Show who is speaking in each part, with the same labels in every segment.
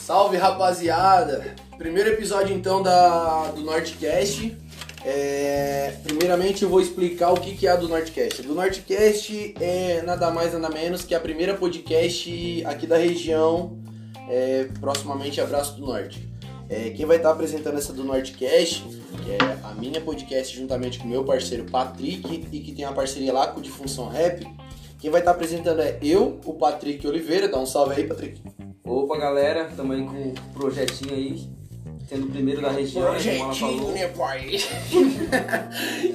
Speaker 1: Salve rapaziada! Primeiro episódio então da, do Nordcast. É, primeiramente eu vou explicar o que, que é a do Nordcast. A do Nordcast é nada mais nada menos que a primeira podcast aqui da região, é, proximamente Abraço do Norte. É, quem vai estar apresentando essa do Nordcast, que é a minha podcast juntamente com o meu parceiro Patrick e que tem uma parceria lá com o Difunção Rap. Quem vai estar apresentando é eu, o Patrick Oliveira. Dá um salve aí, Patrick.
Speaker 2: Opa, galera, também com um projetinho aí, sendo o primeiro da região, né, como ela
Speaker 1: Projetinho,
Speaker 2: falou.
Speaker 1: meu pai.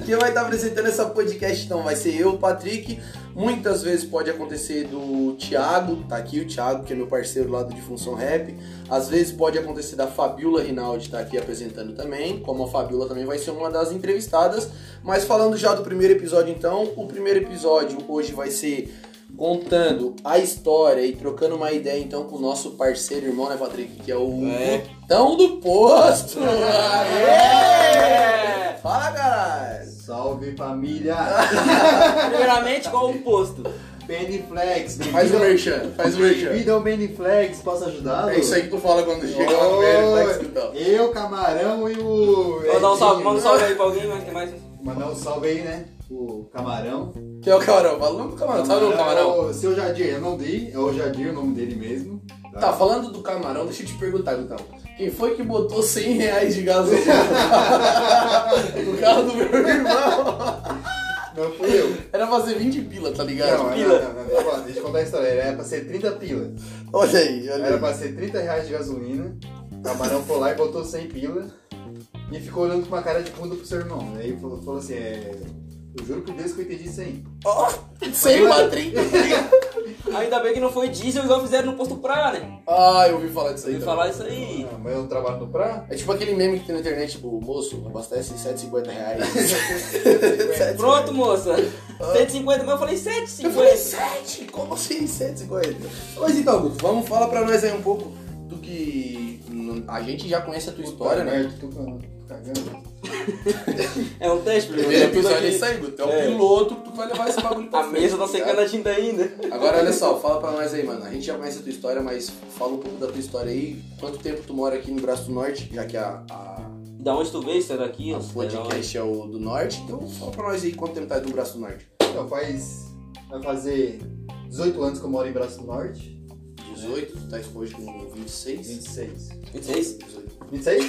Speaker 1: Quem vai estar apresentando essa podcast então vai ser eu, o Patrick. Muitas vezes pode acontecer do Thiago, tá aqui o Thiago, que é meu parceiro lá do Difunção Rap. Às vezes pode acontecer da Fabiola Rinaldi estar aqui apresentando também, como a Fabiola também vai ser uma das entrevistadas. Mas falando já do primeiro episódio então, o primeiro episódio hoje vai ser contando a história e trocando uma ideia então com o nosso parceiro irmão, né, Patrick, que é o
Speaker 2: É.
Speaker 1: Gutão do Posto. Aê!
Speaker 2: É!
Speaker 1: Fala, caralho!
Speaker 3: Salve família!
Speaker 2: Primeiramente, qual o posto?
Speaker 3: Beniflex!
Speaker 1: Faz o merchan, faz o merchan.
Speaker 3: Vida ao Beniflex, posso ajudar?
Speaker 1: É isso aí que tu fala quando chega lá no
Speaker 3: Oi.
Speaker 1: Beniflex, então.
Speaker 3: Eu, Camarão e o.
Speaker 2: Vou dar um salve,
Speaker 3: Edinho.
Speaker 2: manda um salve aí pra alguém, mas tem mais.
Speaker 3: Mandar um salve aí, né? O Camarão.
Speaker 1: Que é o camarão, fala o nome do camarão, sabe o nome do camarão?
Speaker 3: é o Seu Jadir, eu não dei, é o Jadir o nome dele mesmo.
Speaker 1: Tá, falando do camarão, deixa eu te perguntar então. Quem foi que botou 100 reais de gasolina no carro do meu irmão?
Speaker 3: Não fui eu.
Speaker 1: Era pra ser 20 pila, tá ligado?
Speaker 3: Não, não,
Speaker 2: pila.
Speaker 3: Não, não, não, Ó, Deixa eu contar a história. Era pra ser 30 pila.
Speaker 1: Olha aí, olha
Speaker 3: Era
Speaker 1: aí.
Speaker 3: pra ser 30 reais de gasolina. O camarão foi lá e botou 100 pila. E ficou olhando com uma cara de bunda pro seu irmão. Aí falou, falou assim: é, Eu juro por Deus que eu entendi 100.
Speaker 1: Ó, 100 pra 30
Speaker 2: Ainda bem que não foi diesel, igual fizeram no posto praia, né?
Speaker 1: Ah, eu ouvi falar disso aí.
Speaker 2: Tem
Speaker 1: também.
Speaker 2: falar isso aí.
Speaker 3: Ah, mas eu não trabalho no Pra?
Speaker 1: É tipo aquele meme que tem na internet, tipo, moço, abastece 7,50 reais.
Speaker 2: Pronto, moça. Ah. 150, mas eu falei 750.
Speaker 1: 7? Como assim 750? Mas então, Guto, vamos falar pra nós aí um pouco do que. hum, A gente já conhece a tua história, né?
Speaker 3: Tô tô cagando.
Speaker 2: É um teste,
Speaker 1: Primeiro
Speaker 2: primeiro.
Speaker 1: episódio é isso aí, Guto. É o
Speaker 2: É.
Speaker 1: piloto que tu vai levar esse bagulho pra
Speaker 2: A
Speaker 1: frente,
Speaker 2: mesa tá
Speaker 1: ligado?
Speaker 2: secando a tinta ainda.
Speaker 1: Agora olha só, fala pra nós aí, mano. A gente já conhece a tua história, mas fala um pouco da tua história aí. Quanto tempo tu mora aqui no Braço do Norte, já que a, a,
Speaker 2: Da onde tu veio? Isso é daqui?
Speaker 1: a
Speaker 2: isso é da onde?
Speaker 1: podcast é o do Norte, então fala pra nós aí quanto tempo tá aí no Braço do Norte.
Speaker 3: Então, faz. Vai fazer 18 anos que eu moro em Braço do Norte.
Speaker 1: 18, tu tá hoje com 26.
Speaker 3: 26.
Speaker 2: 26?
Speaker 3: 26?
Speaker 2: 26?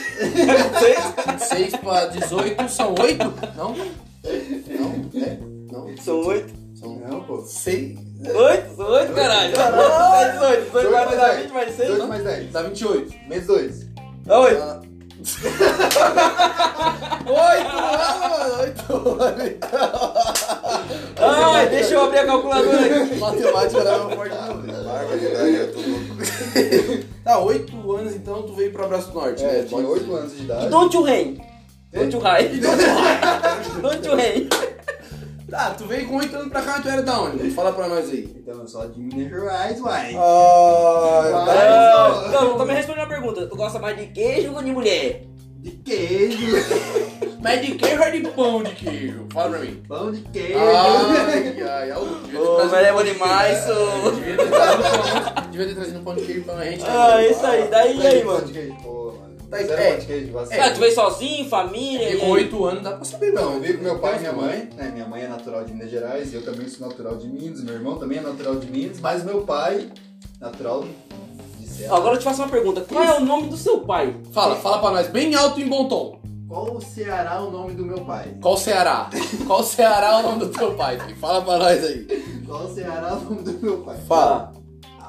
Speaker 1: 26 pra 18 são 8? Não? Não? É? Não?
Speaker 2: São 8?
Speaker 1: São
Speaker 3: Não, pô.
Speaker 1: 6?
Speaker 2: 8? São 8, caralho.
Speaker 1: Caralho.
Speaker 2: 18, 18,
Speaker 3: Dois
Speaker 2: vai
Speaker 3: mais
Speaker 2: dar
Speaker 3: dez.
Speaker 2: 20, mais 6.
Speaker 3: 18 mais 10.
Speaker 1: Dá 28.
Speaker 3: Menos 2.
Speaker 2: Dá 8.
Speaker 1: Ah. 8 anos, mano! 8 anos,
Speaker 2: Ai, Ah, deixa eu abrir a calculadora aqui.
Speaker 1: então. Matemática não é meu forte, não. velho. Barbaridade, eu tô louco. Tá, 8 anos então tu veio pro Abraço do Norte,
Speaker 3: É,
Speaker 1: né?
Speaker 3: tinha 8 anos de idade.
Speaker 2: Ah. Don't you rain. Don't you rain. Don't you rain.
Speaker 1: Tá, tu veio com 8 anos pra cá, tu era da onde? Fala pra nós aí.
Speaker 3: Então, eu sou de Minas Gerais, uai.
Speaker 1: Ah,
Speaker 3: tá.
Speaker 2: Não, não, tá me respondendo a pergunta. Tu gosta mais de queijo ou de mulher?
Speaker 3: De queijo.
Speaker 1: Mas de queijo é de pão de queijo? Fala pra mim.
Speaker 3: Pão de queijo.
Speaker 1: Ai, ai, ai. eu devia ter
Speaker 2: Ô,
Speaker 1: trazido
Speaker 2: mas é
Speaker 1: um
Speaker 2: bom
Speaker 1: pão de
Speaker 2: demais,
Speaker 1: queijo.
Speaker 2: ô.
Speaker 1: Devia ter trazido um pão- devia ter trazido um pão de queijo pra gente. né,
Speaker 2: Ah,
Speaker 1: mano?
Speaker 2: isso aí. Daí e aí, mano?
Speaker 3: De queijo. Pô, mano.
Speaker 1: Tá,
Speaker 3: Zero
Speaker 1: é.
Speaker 3: pão de queijo, vacilo.
Speaker 2: Ah, tu veio sozinho, família?
Speaker 1: E
Speaker 2: e
Speaker 1: com
Speaker 2: aí?
Speaker 1: 8 anos dá pra saber,
Speaker 3: Então,
Speaker 1: não.
Speaker 3: eu vivo com meu pai e minha mãe, né? Minha mãe é natural de Minas Gerais, eu também sou natural de Minas, meu irmão também é natural de Minas, mas meu pai, natural de Serra.
Speaker 2: Agora eu te faço uma pergunta. Qual é o nome do seu pai?
Speaker 1: Fala, fala pra nós, bem alto e em bom tom.
Speaker 3: Qual o Ceará o nome do meu pai?
Speaker 1: Qual Ceará? Qual Ceará é o nome do teu pai? filho? Fala pra nós aí.
Speaker 3: Qual o Ceará o nome do meu pai?
Speaker 1: Fala.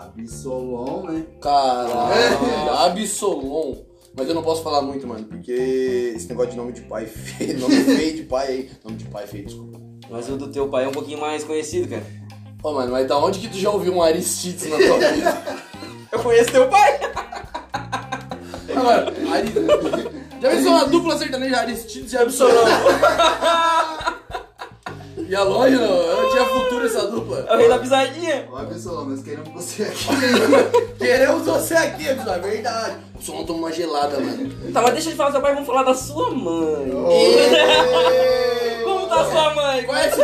Speaker 3: Absolon, né?
Speaker 1: Caralho, Absolon. Mas eu não posso falar muito, mano, porque esse negócio de nome de pai feio, nome feio de pai aí. Nome de pai feio, desculpa.
Speaker 2: Mas o do teu pai é um pouquinho mais conhecido, cara.
Speaker 1: Ô, mano, mas da onde que tu já ouviu um Aristides na tua vida?
Speaker 2: Eu conheço teu pai.
Speaker 1: Agora, Ari... Já pensou uma dupla sertaneja Aristides e Absolon? E a longe, não? Ela tinha futuro essa dupla.
Speaker 2: É o rei da pisadinha.
Speaker 3: Ó, Absolon, nós queremos você aqui.
Speaker 1: Queremos você aqui, Absolon, é verdade. Absolon toma uma gelada, mano.
Speaker 2: Tá, mas deixa eu te falar do seu pai. Vamos falar da sua mãe. Como tá sua mãe?
Speaker 1: Qual é esse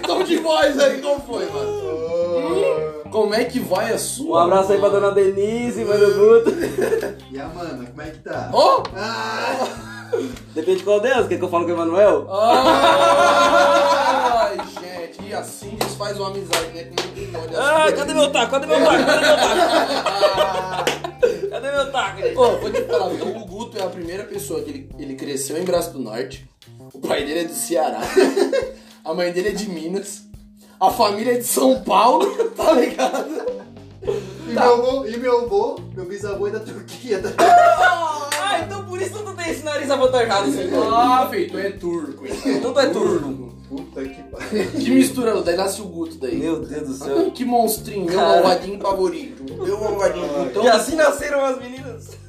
Speaker 1: tom de voz? Esse tom de voz aí, como foi, mano?
Speaker 3: Ô,
Speaker 1: Como como é que vai a sua?
Speaker 2: Um abraço aí pra dona Denise, mano Guto.
Speaker 3: E a mana, como é que tá?
Speaker 1: Ó!
Speaker 3: Ah!
Speaker 2: Depende de qual delas, quer que eu falo com o Emanuel?
Speaker 1: Ai, gente, e assim desfaz uma amizade, né? Com ninguém olha
Speaker 2: Ah,
Speaker 1: assim.
Speaker 2: cadê meu taco? Cadê meu taco? Cadê meu taco? Cadê meu taco? gente?
Speaker 1: Ô, vou te falar, o Guto é a primeira pessoa que ele, ele cresceu em Braço do Norte. O pai dele é do Ceará. A mãe dele é de Minas. A família é de São Paulo, tá ligado?
Speaker 3: E meu avô, e meu avô, meu bisavô é da Turquia. Tá?
Speaker 2: Ah, então por isso tu tem esse nariz avantajado, senhor.
Speaker 1: Ah, feito, tu é turco.
Speaker 2: Então tu é turno.
Speaker 3: Puta que pariu.
Speaker 1: Que mistura, daí nasce o Guto daí.
Speaker 2: Uhum. Meu Deus do céu.
Speaker 1: Ah, Que monstrinho, meu
Speaker 2: Cara.
Speaker 1: malvadinho favorito. Meu malvadinho. Então,
Speaker 2: E assim nasceram as meninas.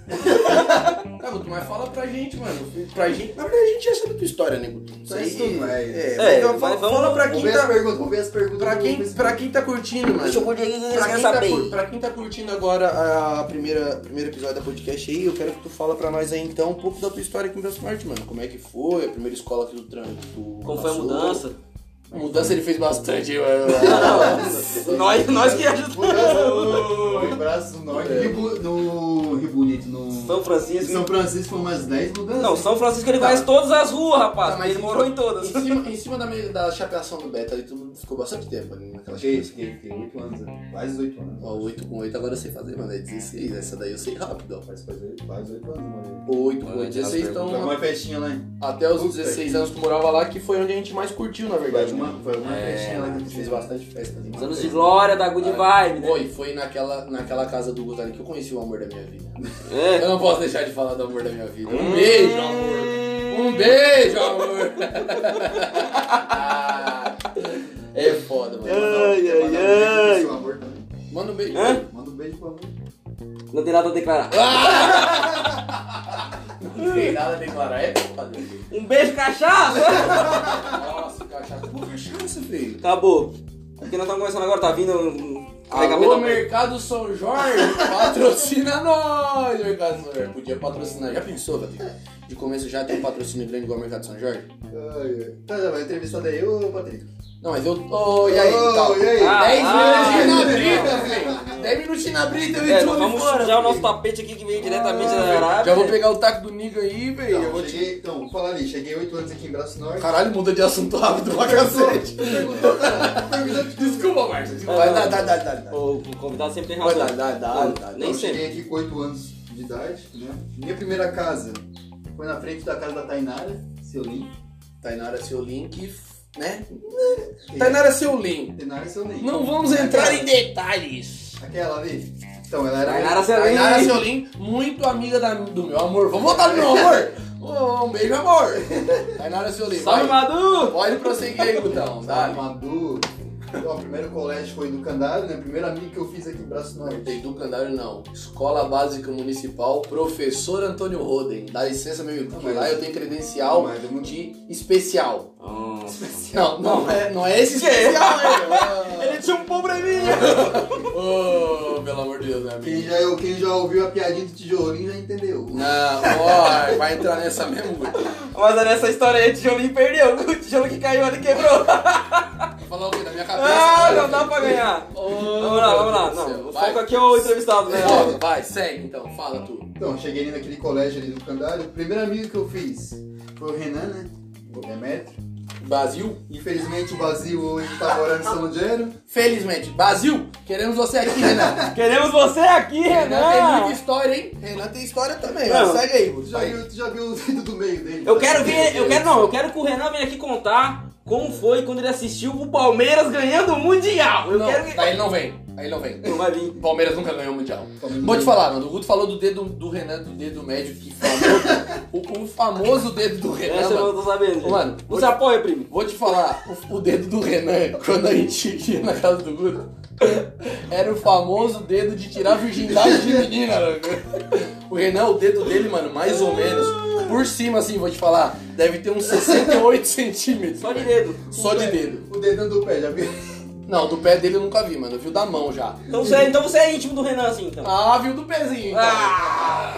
Speaker 1: Ah, Guto, mas fala pra gente, mano. Pra gente, na verdade, a gente já sabe a tua história, né, Guto? Isso aí-
Speaker 3: Mas tu não é isso.
Speaker 1: É,
Speaker 2: É,
Speaker 1: então,
Speaker 2: mas
Speaker 1: fala,
Speaker 2: vamos-
Speaker 1: fala pra
Speaker 3: Vou
Speaker 1: quem
Speaker 3: ver as
Speaker 1: tá.
Speaker 3: perguntas, vou ver as perguntas.
Speaker 1: Pra
Speaker 3: do-
Speaker 1: quem, pra quem tá curtindo, mano.
Speaker 2: Deixa eu curtir aqui que eles
Speaker 1: Pra
Speaker 2: querem
Speaker 1: quem, tá,
Speaker 2: saber.
Speaker 1: cur- pra quem tá curtindo agora a primeira primeiro episódio da podcast aí, eu quero que tu fala pra nós aí então um pouco da tua história aqui no Brasil Norte, mano. Como é que foi a primeira escola aqui do trânsito?
Speaker 2: Como foi a
Speaker 1: passou?
Speaker 2: mudança?
Speaker 1: Mudança ele fez bastante. eu- eu-
Speaker 2: Nós, nós que
Speaker 3: Mudança
Speaker 2: ajudamos.
Speaker 3: Em Braços do Norte,
Speaker 1: É.
Speaker 3: Rio Bu- no Rio Bonito, no
Speaker 2: São Francisco.
Speaker 3: São Francisco foram umas 10 mudanças.
Speaker 2: Não, São Francisco ele
Speaker 1: Tá.
Speaker 2: conhece todas as ruas, rapaz.
Speaker 1: Tá, mas
Speaker 2: ele
Speaker 1: em-
Speaker 2: morou em todas.
Speaker 1: Em cima, em cima da, me- da chapeação do Beto ali, tu ficou bastante tempo ali naquela
Speaker 3: Fiquei,
Speaker 1: chapeação.
Speaker 3: fiquei, fiquei 8 anos, né? quase 8 anos.
Speaker 1: Ó, 8 com 8 agora eu sei fazer, mano. É 16. Essa daí eu sei rápido, ó.
Speaker 3: Faz quase quase 8 anos, mano.
Speaker 1: 8 com
Speaker 2: Mano,
Speaker 1: 8, 16,
Speaker 2: as
Speaker 1: então
Speaker 3: Foi uma festinha né? lá, hein?
Speaker 1: até os
Speaker 3: Puta
Speaker 1: 16
Speaker 3: que-
Speaker 1: anos que tu morava lá, que foi onde a gente mais curtiu, na verdade.
Speaker 3: Foi
Speaker 1: né?
Speaker 3: uma, foi uma
Speaker 2: É.
Speaker 3: festinha lá que
Speaker 1: A
Speaker 3: eu
Speaker 1: gente fez
Speaker 3: fiz.
Speaker 1: bastante festa.
Speaker 2: Os anos de glória
Speaker 1: tá
Speaker 2: da Good Vibe, né?
Speaker 1: Foi, foi naquela, naquela casa do Gutari que eu conheci o amor da minha vida.
Speaker 2: É.
Speaker 1: Eu não posso deixar de falar do amor da minha vida. Um beijo, amor. Um beijo, amor. é foda, mano.
Speaker 2: Ai, ai,
Speaker 3: Manda um beijo
Speaker 2: ai.
Speaker 3: pro seu amor também.
Speaker 1: Manda um beijo.
Speaker 2: Hã?
Speaker 3: Manda um beijo pro amor.
Speaker 2: Não tem nada a declarar.
Speaker 1: Não tem nada a declarar, é foda.
Speaker 2: Um beijo, cachaça!
Speaker 1: Nossa, cachaça. Pô, cachaça, filho.
Speaker 2: Acabou. Porque nós estamos começando agora, tá vindo um carregamento.
Speaker 1: Alô, Mercado São Jorge, patrocina nós, Mercado São Jorge. Podia patrocinar, já pensou, velho? De começo já tem um patrocínio grande igual o Mercado São Jorge?
Speaker 3: Ai, ai. Tá, tá, vai entrevistar daí eu ou o Patrick?
Speaker 1: Não, mas eu. Ô, e aí?
Speaker 3: Ô,
Speaker 1: tá.
Speaker 3: e aí?
Speaker 1: 10
Speaker 2: Ah,
Speaker 1: minutinhos
Speaker 2: ah,
Speaker 1: na brita,
Speaker 3: ah,
Speaker 1: velho. 10 minutinhos na brita, eu
Speaker 2: É,
Speaker 1: entro
Speaker 2: nós vamos
Speaker 1: fora,
Speaker 2: sujar o
Speaker 1: filho.
Speaker 2: nosso tapete aqui que veio diretamente da
Speaker 1: Ah,
Speaker 2: Arábia.
Speaker 1: Já vou pegar o taco do Niga aí, velho. Eu
Speaker 3: Então,
Speaker 1: vou te-
Speaker 3: cheguei, então, vou falar ali, cheguei 8 anos aqui em Braço Norte.
Speaker 1: Caralho, muda de assunto rápido pra cacete. Desculpa, Marcos.
Speaker 2: Ah,
Speaker 1: Vai, dá, dá, dá, dá. dá.
Speaker 2: O o convidado sempre tem
Speaker 1: Vai,
Speaker 2: razão.
Speaker 1: dá, dá, dá, dá.
Speaker 2: Nem
Speaker 3: eu
Speaker 2: sempre.
Speaker 3: cheguei aqui com 8 anos de idade, né? Minha primeira casa foi na frente da casa da Tainara, seu Lin.
Speaker 1: Tainara, seu link, né? Tainara, seu link.
Speaker 3: Tainara, seu Lin.
Speaker 1: Não vamos entrar em detalhes.
Speaker 3: Aquela ali. Então, ela era.
Speaker 2: Tainara
Speaker 1: Tainara
Speaker 2: Celim.
Speaker 1: Seolim, muito amiga da- do meu amor. Vamos voltar no meu amor? Ô, um beijo, amor. Tainara Seolim,
Speaker 2: Salve,
Speaker 1: vai.
Speaker 2: Madu!
Speaker 1: Pode prosseguir aí, Gutão.
Speaker 3: Sabe,
Speaker 1: Dá.
Speaker 3: Madu. um Ó, o primeiro colégio foi do Candário, né? O primeiro amigo que eu fiz aqui em Braço Norte.
Speaker 1: Tem do Candário, não. Escola Básica Municipal, professor Antônio Roden. Dá licença, meu amigo, porque
Speaker 3: Mas-
Speaker 1: lá eu tenho credencial
Speaker 3: Mas eu não-
Speaker 1: de especial.
Speaker 2: Nossa.
Speaker 1: Não, não é, não é esse especial, né?
Speaker 2: Ele tinha um probleminha!
Speaker 1: Ô, pelo amor de Deus, meu amigo.
Speaker 3: Quem já, quem já ouviu a piadinha do tijolinho já entendeu.
Speaker 1: Não, ó, vai entrar nessa mesmo, Guto.
Speaker 2: Mas nessa história aí, o tijolinho perdeu. O tijolo que caiu ali quebrou.
Speaker 1: Falar o quê? Da minha cabeça?
Speaker 2: Ah,
Speaker 1: cara.
Speaker 2: não dá pra ganhar.
Speaker 1: Ô,
Speaker 2: Vamos lá, vamos lá.
Speaker 1: meu Deus do
Speaker 2: Não,
Speaker 1: céu.
Speaker 2: o
Speaker 1: Vai.
Speaker 2: foco aqui é o entrevistado, né?
Speaker 1: Ó, Vai, segue então, fala tu.
Speaker 3: Então, cheguei ali naquele colégio ali do Candário. O primeiro amigo que eu fiz foi o Renan, né? O Demetrio.
Speaker 1: Brasil?
Speaker 3: Infelizmente o Brasil hoje tá morando em São Lugero.
Speaker 1: Felizmente. Brasil, queremos você aqui, Renan.
Speaker 2: Queremos você aqui,
Speaker 1: Renan tem muita
Speaker 2: Renan!
Speaker 1: história, hein? Renan tem história também.
Speaker 2: Não.
Speaker 1: ó. Segue aí,
Speaker 3: Tu já
Speaker 1: Guto.
Speaker 3: viu, tu já viu o dedo do meio dele?
Speaker 2: Eu quero ver, eu quero não, eu quero que o Renan venha aqui contar como foi quando ele assistiu o Palmeiras ganhando o Mundial. Eu
Speaker 1: Não,
Speaker 2: quero que.
Speaker 1: daí ele não vem. Aí ele não vem.
Speaker 2: Não vai vir.
Speaker 1: O Palmeiras nunca ganhou o Mundial.
Speaker 3: Palmeiras
Speaker 1: Vou te
Speaker 3: nunca
Speaker 1: falar, mano. O Guto falou do dedo do Renan, do dedo médio, que famoso. o, o famoso dedo do Renan.
Speaker 2: Essa é eu não
Speaker 1: Mano.
Speaker 2: tô sabendo. gente.
Speaker 1: Mano,
Speaker 2: você apoia, primo?
Speaker 1: Vou te falar, o, o dedo do Renan, quando a gente ia na casa do Guto, era o famoso dedo de tirar a virgindade de menina, mano. O Renan, o dedo dele, mano, mais ou menos, por cima, assim, vou te falar, deve ter uns 68 centímetros.
Speaker 2: Só de
Speaker 1: velho.
Speaker 2: dedo.
Speaker 1: Só de dedo.
Speaker 3: O dedão do pé, já viu?
Speaker 1: Não, do pé dele eu nunca vi, mano. Eu vi o da mão já.
Speaker 2: Então você, então você é íntimo do Renan, assim, então.
Speaker 1: Ah, viu do pezinho. então.
Speaker 2: Ah!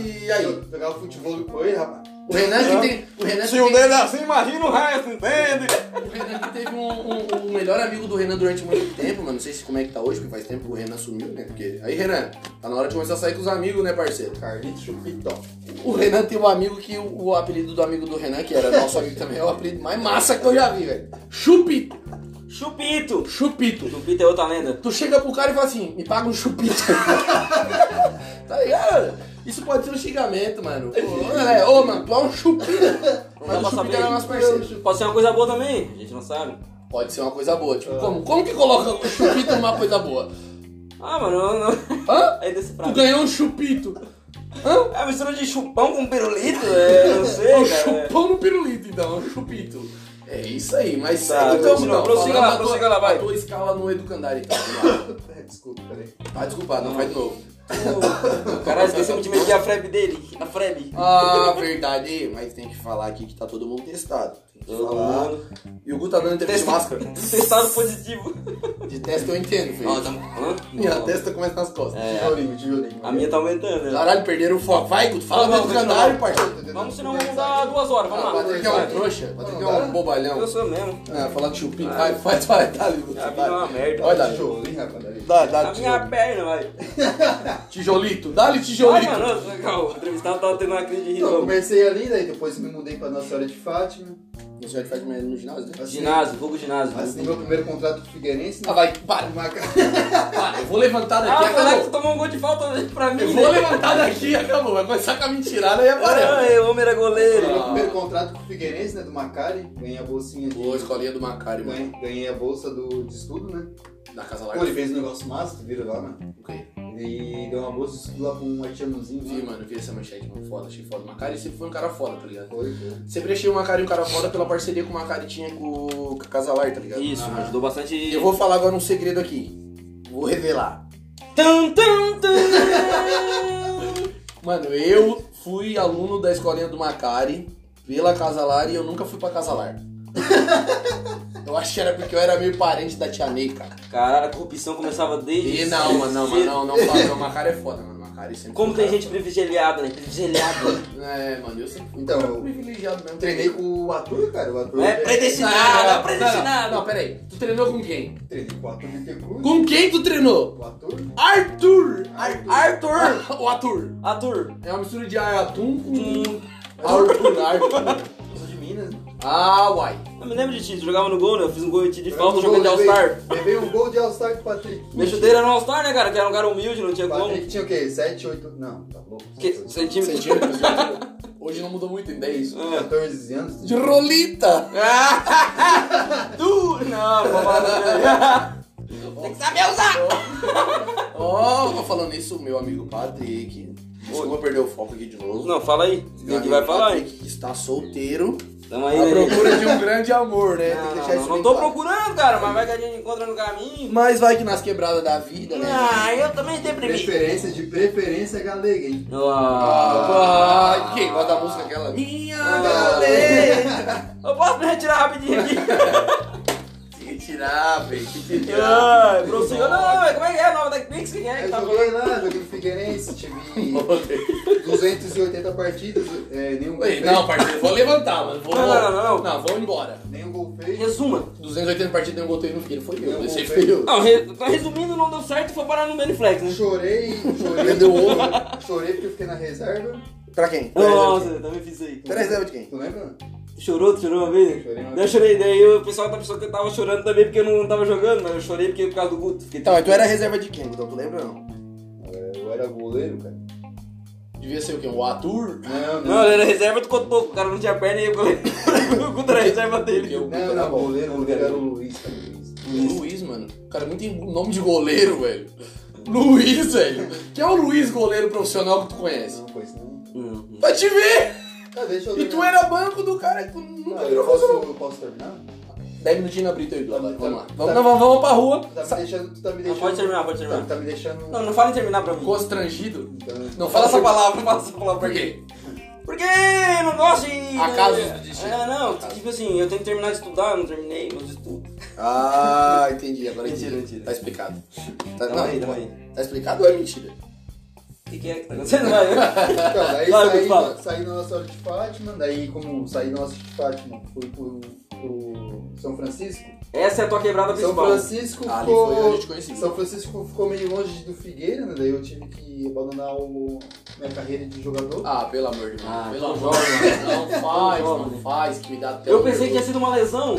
Speaker 1: Ih, E aí?
Speaker 3: Jogava futebol com ele, rapaz.
Speaker 1: O Renan que tem. O Renan que
Speaker 2: dedo assim, imagina o resto, entende?
Speaker 1: O Renan que teve um, um- um- o melhor amigo do Renan durante muito tempo, mano. Não sei se como é que tá hoje, porque faz tempo que o Renan sumiu, né? Porque. Aí, Renan, tá na hora de começar a sair com os amigos, né, parceiro?
Speaker 3: Carlito Chupitó.
Speaker 1: O Renan tem um amigo que o, o apelido do amigo do Renan, que era nosso amigo também, é o apelido mais massa que eu já vi, velho. Chupito.
Speaker 2: Chupito.
Speaker 1: Chupito.
Speaker 2: Chupito é outra lenda.
Speaker 1: Tu chega pro cara e fala assim, me paga um chupito. tá ligado? Isso pode ser um xingamento, mano. Ô, é, ô, mano, tu é um chupito.
Speaker 2: dá
Speaker 1: Mas o
Speaker 2: pra
Speaker 1: chupito
Speaker 2: saber.
Speaker 1: era nosso parceiro.
Speaker 2: Pode ser uma coisa boa também, a gente não sabe.
Speaker 1: Pode ser uma coisa boa. Tipo, como, como que coloca o chupito numa coisa boa?
Speaker 2: Ah, mano, não, não.
Speaker 1: Hã?
Speaker 2: Aí desse
Speaker 1: Tu
Speaker 2: prato.
Speaker 1: ganhou um chupito. Hã?
Speaker 2: É a mistura de chupão com pirulito? É, não sei,
Speaker 1: Um
Speaker 2: cara.
Speaker 1: chupão no pirulito, então, um chupito. É isso aí, mas
Speaker 2: Tá,
Speaker 1: segue o campo,
Speaker 2: continua.
Speaker 1: não. Falando
Speaker 2: Prossiga lá,
Speaker 1: da tua-
Speaker 2: prossiga lá, vai.
Speaker 1: da tua escala no Educandari, então. vamos lá.
Speaker 3: É, Desculpa, peraí.
Speaker 1: Tá desculpado, não faz de novo.
Speaker 2: Caralho, esquecemos de medir a frebe dele. A frebe.
Speaker 1: Ah, verdade, mas tem que falar aqui que tá todo mundo testado. Tem que falar. E o Gu tá dando entrevista de máscara.
Speaker 2: Testado positivo.
Speaker 1: De testa eu entendo, filho.
Speaker 2: tá...
Speaker 1: Minha
Speaker 2: Hã? É,
Speaker 1: testa começa nas costas.
Speaker 3: Tijolinho, tijolinho.
Speaker 2: A minha tá aumentando. né?
Speaker 1: Caralho, perderam o foco. Vai, Guto, fala
Speaker 2: Não,
Speaker 1: do
Speaker 2: não,
Speaker 1: Educandário,
Speaker 2: continua.
Speaker 1: parceiro.
Speaker 2: Vamos, senão vamos dar duas horas. Vamos
Speaker 1: Ah,
Speaker 2: lá.
Speaker 1: Patrick é um trouxa, Patrick é um bobalhão.
Speaker 2: Eu sou mesmo.
Speaker 1: Ah, falar de chupim, vai, vai, vai, dá ali, Guto.
Speaker 2: A vida é uma
Speaker 1: vai.
Speaker 2: merda.
Speaker 1: Vai, Dali.
Speaker 3: Tijolinho, rapaz. ali.
Speaker 1: Dá, dá,
Speaker 2: A minha é perna, vai.
Speaker 1: Tijolito, dá-lhe
Speaker 2: Ai,
Speaker 1: tijolito.
Speaker 2: mano, eu- calma, o entrevistado tava tendo uma crise de
Speaker 3: Então, eu
Speaker 2: riso.
Speaker 3: comecei ali, daí depois me mudei pra Nossa Senhora de Fátima.
Speaker 1: Não sei onde faz merda no ginásio, né?
Speaker 3: Assinei-
Speaker 2: Ginásio, fogo ginásio.
Speaker 3: Assinei meu primeiro contrato com o Figueirense. né?
Speaker 1: Ah, vai, para,
Speaker 3: Uma ca-
Speaker 1: para. Eu vou levantar daqui,
Speaker 2: Ah, moleque, tu
Speaker 1: acabou.
Speaker 2: tomou um gol de falta pra mim.
Speaker 1: Eu vou
Speaker 2: né?
Speaker 1: levantar daqui, acabou. Vai começar com a mentirada e aparece.
Speaker 2: Ah, o homem era goleiro.
Speaker 1: Ah.
Speaker 3: Primeiro contrato com o Figueirense, né? Do Macari. Ganhei a bolsinha de.
Speaker 1: Boa escolinha do Macari, mano.
Speaker 3: Ganhei, ganhei a bolsa do, de estudo, né?
Speaker 1: Da Casa
Speaker 3: Pô, ele
Speaker 1: Larga.
Speaker 3: fez um negócio massa, tu viram lá, né?
Speaker 1: Ok.
Speaker 3: Ele deu uma bolsa de estudo lá pra um haitianozinho.
Speaker 1: Vi,
Speaker 3: né?
Speaker 1: mano, vi essa manchete, mano. Foda, achei foda. O Macari sempre foi um cara foda, tá ligado?
Speaker 3: Foi, foi.
Speaker 1: Sempre achei o Macari um cara foda pela parceria que o Macari tinha com o Casalar, tá ligado?
Speaker 2: Isso,
Speaker 1: Ah.
Speaker 2: mano, ajudou bastante.
Speaker 1: E eu vou falar agora um segredo aqui. Vou revelar.
Speaker 2: Tum, tum, tum.
Speaker 1: Mano, eu fui aluno da escolinha do Macari pela Casalar e eu nunca fui pra Casalar. eu acho que era porque eu era meio parente da Tia Ney, cara.
Speaker 2: Cara, a corrupção começava desde.
Speaker 1: E não, mano, não, mano,
Speaker 2: cedo.
Speaker 1: não, não fala, não. O Macari é foda, mano. O Macari sempre.
Speaker 2: Como
Speaker 1: foi
Speaker 2: tem
Speaker 1: um cara
Speaker 2: gente privilegiada, né? Privilegiada.
Speaker 1: foda. É, mano, eu sempre fui um
Speaker 3: Então,
Speaker 1: cara
Speaker 3: eu
Speaker 1: privilegiado mesmo.
Speaker 3: Treinei com o Atur, cara. O Atur.
Speaker 2: Não é predestinado, é
Speaker 1: não,
Speaker 2: predestinado.
Speaker 1: não, peraí. Tu treinou com quem?
Speaker 3: Treinei com o Atur de Tecruz.
Speaker 1: Com quem tu treinou?
Speaker 3: O Atur.
Speaker 1: Arthur! Ar-
Speaker 2: Arthur!
Speaker 1: o Arthur.
Speaker 2: Ah, Arthur!
Speaker 1: É uma mistura de Aratum com.
Speaker 2: Hum,
Speaker 1: Arthur, Arthur.
Speaker 3: Eu sou de Minas.
Speaker 1: Ah, uai.
Speaker 2: eu me lembro de ti, tu jogava no gol, né? Eu fiz um gol de ti de falta jogando de All-Star.
Speaker 3: Levei um gol de All-Star com o Patrick.
Speaker 2: Minha chuteira era um All-Star, né, cara? Que era um cara humilde, não tinha como.
Speaker 3: Patrick tinha o quê? 7, 8. Não, tá louco.
Speaker 2: Que, centímetro.
Speaker 1: Centímetros. né? Hoje não mudou muito, ainda é isso.
Speaker 3: 14 anos.
Speaker 1: De rolita!
Speaker 2: Tu! Não, vou falar Tem que saber usar!
Speaker 1: Ó, oh, falando isso, meu amigo Patrick. Desculpa perder o foco aqui de novo.
Speaker 2: Não, fala aí.
Speaker 1: Meu
Speaker 2: Quem que
Speaker 1: amigo
Speaker 2: vai falar, hein?
Speaker 1: Patrick que está solteiro.
Speaker 2: Tamo aí,
Speaker 1: À
Speaker 2: né?
Speaker 1: procura de um grande amor, né? Tem que
Speaker 2: Não, não,
Speaker 1: deixar isso
Speaker 2: não,
Speaker 1: bem
Speaker 2: tô
Speaker 1: claro.
Speaker 2: procurando, cara, mas vai que a gente encontra no caminho.
Speaker 1: Mas vai que nas quebradas da vida, né?
Speaker 2: Ah, eu também tenho preguiça.
Speaker 3: Preferência de preferência galega, hein?
Speaker 1: Ah, quem gosta da música aquela? Ah, Minha galera!
Speaker 2: eu posso me retirar rapidinho aqui?
Speaker 1: Que tirar, velho. Que tirar.
Speaker 2: Ah, prossiga. Não, mas como é que é o nome da Pix? Quem é que
Speaker 3: Eu
Speaker 2: tá falando?
Speaker 3: joguei lá, joguei no Figueirense, tive 280 partidas, é, nenhum gol
Speaker 1: Ei,
Speaker 3: feito.
Speaker 1: Não, parceiro, vou levantar, mano. Vou,
Speaker 2: Não, não, não, não.
Speaker 1: Não, vamos embora.
Speaker 3: Nenhum gol feito.
Speaker 2: Resuma.
Speaker 1: 280 partidas eu botei no filho, foi eu.
Speaker 3: Eu
Speaker 1: Esse aí
Speaker 3: botei.
Speaker 1: foi eu.
Speaker 2: Não, re- tá resumindo, não deu certo e foi parar no Beneflex, né?
Speaker 3: Chorei, chorei.
Speaker 1: Perdeu o
Speaker 2: um
Speaker 1: ovo.
Speaker 3: Chorei porque eu fiquei na reserva.
Speaker 1: Pra quem?
Speaker 2: Nossa, eu também fiz isso aí.
Speaker 1: Pera aí, lembra né, de quem?
Speaker 3: Tu lembra?
Speaker 2: Chorou, tu chorou uma vez? né?
Speaker 3: Chorei uma
Speaker 2: Daí Eu
Speaker 3: vez.
Speaker 2: chorei, daí eu- o pessoal da pessoa que eu tava chorando também porque eu não tava jogando, mas eu chorei porque por causa do Guto. Fiquei
Speaker 3: Tá,
Speaker 1: Então, mas tu era reserva de quem? Então, tu lembra não?
Speaker 3: É, Eu era goleiro, cara.
Speaker 1: Devia ser o quê? O Atur?
Speaker 2: Não,
Speaker 3: Não, não.
Speaker 2: ele era reserva do Cotoco, o cara não tinha perna e eu- o Guto era reserva dele.
Speaker 1: Eu-
Speaker 3: Não, não, goleiro, goleiro era o Luiz, cara. o Luiz.
Speaker 1: O Luiz, mano. O cara não tem nome de goleiro, velho. Luiz, velho. Quem é o Luiz goleiro profissional que tu conhece?
Speaker 3: Não foi isso, não.
Speaker 2: Hum.
Speaker 1: Pra te ver!
Speaker 3: Tá, deixa eu
Speaker 1: E tu é-
Speaker 3: terminar.
Speaker 1: era banco do cara que tu nunca
Speaker 3: Não, eu
Speaker 1: virou.
Speaker 3: posso, eu posso terminar?
Speaker 1: 10 minutinhos na Brito aí, Dudu, vai, vamos lá.
Speaker 3: Tá.
Speaker 1: Vamos, não, vamos, vamos pra rua.
Speaker 3: Tu tá me deixando. Tu tá me
Speaker 2: Não,
Speaker 1: Ah,
Speaker 3: deixando.
Speaker 2: pode terminar, pode terminar.
Speaker 3: Tá, tá me deixando.
Speaker 2: Não, não fala em terminar pra mim.
Speaker 1: Constrangido.
Speaker 3: Então,
Speaker 1: Não
Speaker 2: Fala
Speaker 1: fala
Speaker 2: essa
Speaker 1: só palavra.
Speaker 2: palavra, fala essa palavra.
Speaker 1: Por quê?
Speaker 2: Porque eu não gosto de.
Speaker 1: Acasos do destino.
Speaker 2: É, não, tipo assim, eu tenho que terminar de estudar, eu não terminei meus estudos.
Speaker 1: Ah, entendi. Agora
Speaker 2: Mentira,
Speaker 1: entendi.
Speaker 2: mentira.
Speaker 1: Tá explicado. Tá,
Speaker 2: Tamo
Speaker 1: não,
Speaker 2: aí, tamo aí.
Speaker 1: Tá explicado ou é mentira?
Speaker 2: O que, que é que tá acontecendo? Vai.
Speaker 3: Então, daí
Speaker 2: Vai, Guto,
Speaker 3: saí,
Speaker 2: fala.
Speaker 3: saí na nossa hora de Fátima, daí como saí na nossa hora de Fátima, fui pro, pro São Francisco.
Speaker 2: Essa é a tua quebrada
Speaker 3: São
Speaker 2: principal.
Speaker 3: Francisco
Speaker 1: Ali
Speaker 3: ficou.
Speaker 1: foi onde a gente conheceu.
Speaker 3: São Francisco ficou meio longe do Figueira, né? Daí eu tive que abandonar o- minha carreira de jogador.
Speaker 1: Ah, pelo amor de Deus.
Speaker 2: Ah,
Speaker 1: pelo
Speaker 2: tô
Speaker 1: amor
Speaker 2: jovem,
Speaker 1: de Deus. Não faz,
Speaker 2: jovem, né?
Speaker 1: não faz, que me dá até
Speaker 2: Eu pensei que
Speaker 1: nervoso.
Speaker 2: tinha sido uma lesão,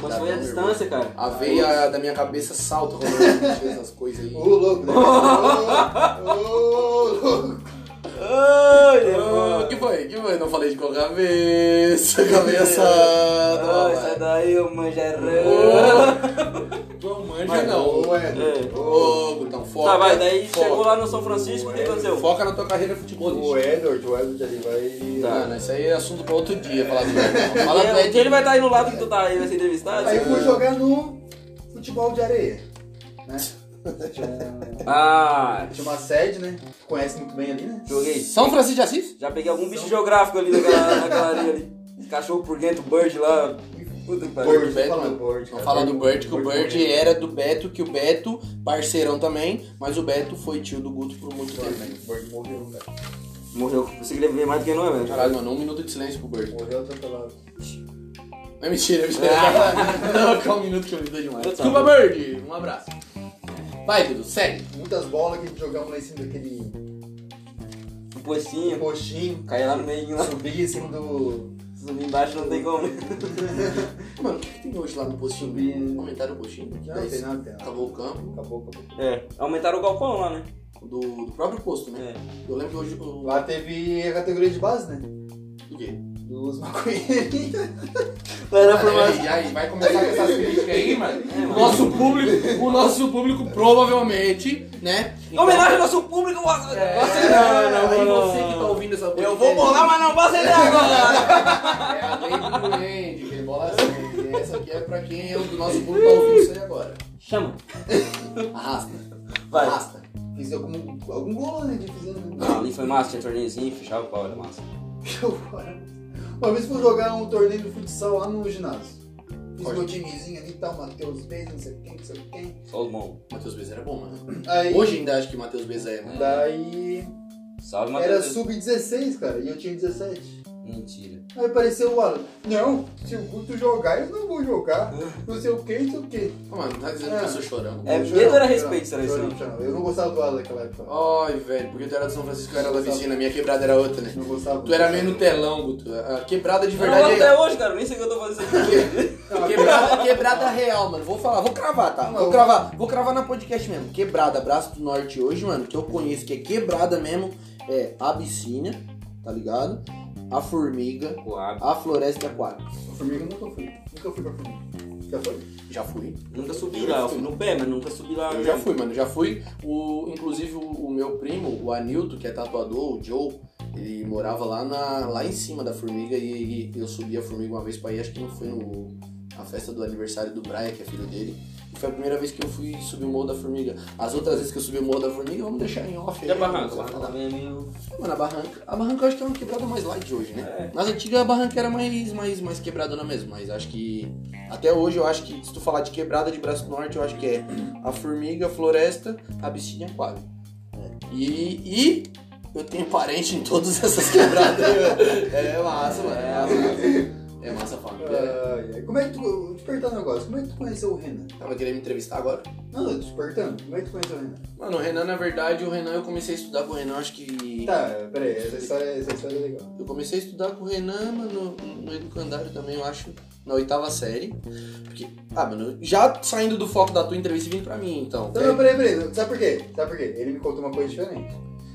Speaker 2: mas
Speaker 1: Dá
Speaker 2: foi a
Speaker 1: tão
Speaker 2: distância, cara.
Speaker 1: A veia da minha cabeça salta quando eu vejo essas coisas aí.
Speaker 3: Ô, louco! né? Ô, louco!
Speaker 2: Ai,
Speaker 1: Ah, que foi? Que foi? Não falei de com a cabeça. Cabeça. é.
Speaker 2: Ai, sai daí, ô manjarão.
Speaker 1: Ô, Não manja
Speaker 3: Mas
Speaker 1: não.
Speaker 3: Ô, Éder.
Speaker 2: É.
Speaker 1: Ô, Gutão, foca.
Speaker 2: um Tá, vai, daí
Speaker 1: foca.
Speaker 2: chegou lá no São Francisco, o que aconteceu?
Speaker 1: Foca na tua carreira futebolística.
Speaker 3: O Edward, o Edward ali vai.
Speaker 2: Tá. É,
Speaker 1: Mano, isso aí é assunto pra outro dia, falar do Edson. Fala do
Speaker 2: Ele-
Speaker 1: Edson.
Speaker 2: ele vai estar aí no lado que tu tá aí, vai ser entrevistado?
Speaker 3: Aí fui jogar no futebol de areia. Né? Tinha,
Speaker 2: Ah,
Speaker 3: tinha uma sede, né? Conhece muito bem ali, né?
Speaker 2: joguei.
Speaker 1: São Francisco de Assis?
Speaker 2: Já peguei algum bicho geográfico ali naquela, naquela areia ali. Cachorro por dentro, bird lá. Puta que pariu.
Speaker 1: Bird, Beto.
Speaker 3: fala do Bird.
Speaker 1: Vamos
Speaker 3: cara.
Speaker 1: falar do Bert, que o é- Bert
Speaker 3: morreu.
Speaker 1: era do Beto, que o Beto, parceirão também, mas o Beto foi tio do Guto por muito tempo.
Speaker 3: O Bird morreu, cara.
Speaker 2: Morreu. Consegui ver mais do que não é, velho.
Speaker 1: Caralho, mano, um minuto de silêncio pro Bert.
Speaker 3: Morreu atropelado.
Speaker 1: Não é mentira, é mentira. Não, calma um minuto que eu me dou demais.
Speaker 2: Tá.
Speaker 1: Desculpa, Bird. Um abraço. Vai, Dudu, segue.
Speaker 3: Muitas bolas que jogamos lá em cima daquele
Speaker 2: Um pocinho.
Speaker 3: roxinho.
Speaker 2: Caí lá no meio, lá.
Speaker 3: Subi em cima do.
Speaker 2: Subir embaixo não tem como. né?
Speaker 1: Mano, o que, que tem hoje lá no postinho? né? Comentaram o postinho?
Speaker 3: Não, não tem nada, tem nada.
Speaker 1: Acabou o campo
Speaker 3: Acabou, acabou.
Speaker 2: É, aumentaram o galpão lá, né?
Speaker 1: do, do próprio posto, né?
Speaker 2: É.
Speaker 1: Eu lembro que hoje o...
Speaker 3: Lá teve a categoria de base, né?
Speaker 1: O quê?
Speaker 3: Dos maconheiros.
Speaker 2: Não era pra mais.
Speaker 1: Aí, aí, vai começar com essas críticas aí, mano.
Speaker 2: É, mano.
Speaker 1: O nosso público, o nosso público provavelmente, né?
Speaker 2: Em Homenagem ao nosso público, você
Speaker 1: É,
Speaker 2: você- É. não, não,
Speaker 1: aí
Speaker 2: não.
Speaker 1: você que tá ouvindo essa
Speaker 2: Eu vou bolar, mas não posso entrar agora.
Speaker 1: É a lei do duende, que bola assim. Essa aqui é pra quem é o do nosso público tá ouvindo isso aí agora.
Speaker 2: Chama.
Speaker 1: Arrasta,
Speaker 2: Vai.
Speaker 1: arrasta.
Speaker 3: Fiz algum, algum gol, né? Que fizeram.
Speaker 2: Não, ali foi massa, tinha torneiozinho, fechava o pau, era massa.
Speaker 3: Uma vez fui jogar um torneio de futsal lá no ginásio. Fiz
Speaker 1: Pode.
Speaker 3: meu timezinho ali e tal, Matheus Bez, não sei quem, não sei quem.
Speaker 2: Só os bons.
Speaker 1: Matheus Beza era bom, mano.
Speaker 3: Aí,
Speaker 1: Hoje ainda acho que Matheus Beza é, mano.
Speaker 3: daí,
Speaker 2: Salve,
Speaker 3: era
Speaker 2: Matheus.
Speaker 3: sub-16, cara, e eu tinha 17.
Speaker 2: Mentira.
Speaker 3: Aí apareceu o Alan, não, se o Guto jogar, eu não vou jogar, não sei o que, não sei o que.
Speaker 1: Ô, Mano, tá dizendo que eu sou chorão.
Speaker 2: É, medo era respeito, será isso, né?
Speaker 3: Eu não gostava do Alan naquela época,
Speaker 1: Ai, velho, porque tu era de São Francisco, eu era da vizinha, a minha quebrada era outra, né?
Speaker 3: não gostava.
Speaker 1: Tu era meio Nutelão, Guto. A quebrada de
Speaker 2: Eu não gosto
Speaker 1: verdade
Speaker 2: até
Speaker 1: é...
Speaker 2: hoje, cara, nem sei o que eu tô fazendo isso aqui.
Speaker 1: Quebrada, quebrada real, mano. Vou falar, vou cravar, tá? Vou cravar, vou cravar na podcast mesmo. Quebrada, Braço do Norte hoje, mano, que eu conheço que é quebrada mesmo, é Abissínia, tá ligado? A Formiga,
Speaker 2: Coab.
Speaker 1: a Floresta e a Quadra.
Speaker 3: Formiga eu nunca fui, nunca fui pra Formiga. Já foi?
Speaker 1: Já fui.
Speaker 2: Nunca subi lá, eu fui no pé, mas nunca subi lá.
Speaker 1: Eu já fui, mano. Já fui. O, inclusive o, o meu primo, o Anilton, que é tatuador, o Joe, ele morava lá, na, lá em cima da formiga e, e eu subi a formiga uma vez pra ir, acho que não foi no, na festa do aniversário do Brian, que é filho dele. E foi a primeira vez que eu fui subir o morro da formiga. As outras vezes que eu subi o morro da formiga, vamos deixar em off.
Speaker 2: E
Speaker 1: aí,
Speaker 2: a barranca?
Speaker 1: não vou
Speaker 2: A barranca
Speaker 1: falar.
Speaker 2: também é meio.
Speaker 1: Mano, a barranca. A barranca eu acho que é uma quebrada mais light hoje,
Speaker 2: É.
Speaker 1: né? Nas antigas a barranca era mais, mais, mais quebradona mesmo, mas acho que. Até hoje eu acho que, se tu falar de quebrada de Braço Norte, eu acho que é a formiga, a floresta, a abissínia e a quadra. É. E, e eu tenho parente em todas essas quebradas. é massa, mano. É massa. É massa a família.
Speaker 3: Ai, ai. Como é que tu, eu vou te perguntar um negócio, como é que tu conheceu o Renan?
Speaker 1: Tava querendo me entrevistar agora?
Speaker 3: Não, eu tô te perguntando, como é que tu conheceu o Renan?
Speaker 1: Mano, o Renan, na verdade, o Renan eu comecei a estudar com o Renan, acho que.
Speaker 3: Tá, peraí, essa história, essa história é legal.
Speaker 1: Eu comecei a estudar com o Renan, mano, no Educandário também, eu acho, na oitava série. Porque, ah, mano, já saindo do foco da tua entrevista e vindo pra mim, então.
Speaker 3: Não, não,
Speaker 1: É,
Speaker 3: peraí, peraí, sabe por quê? Sabe por quê? Ele me contou uma coisa diferente.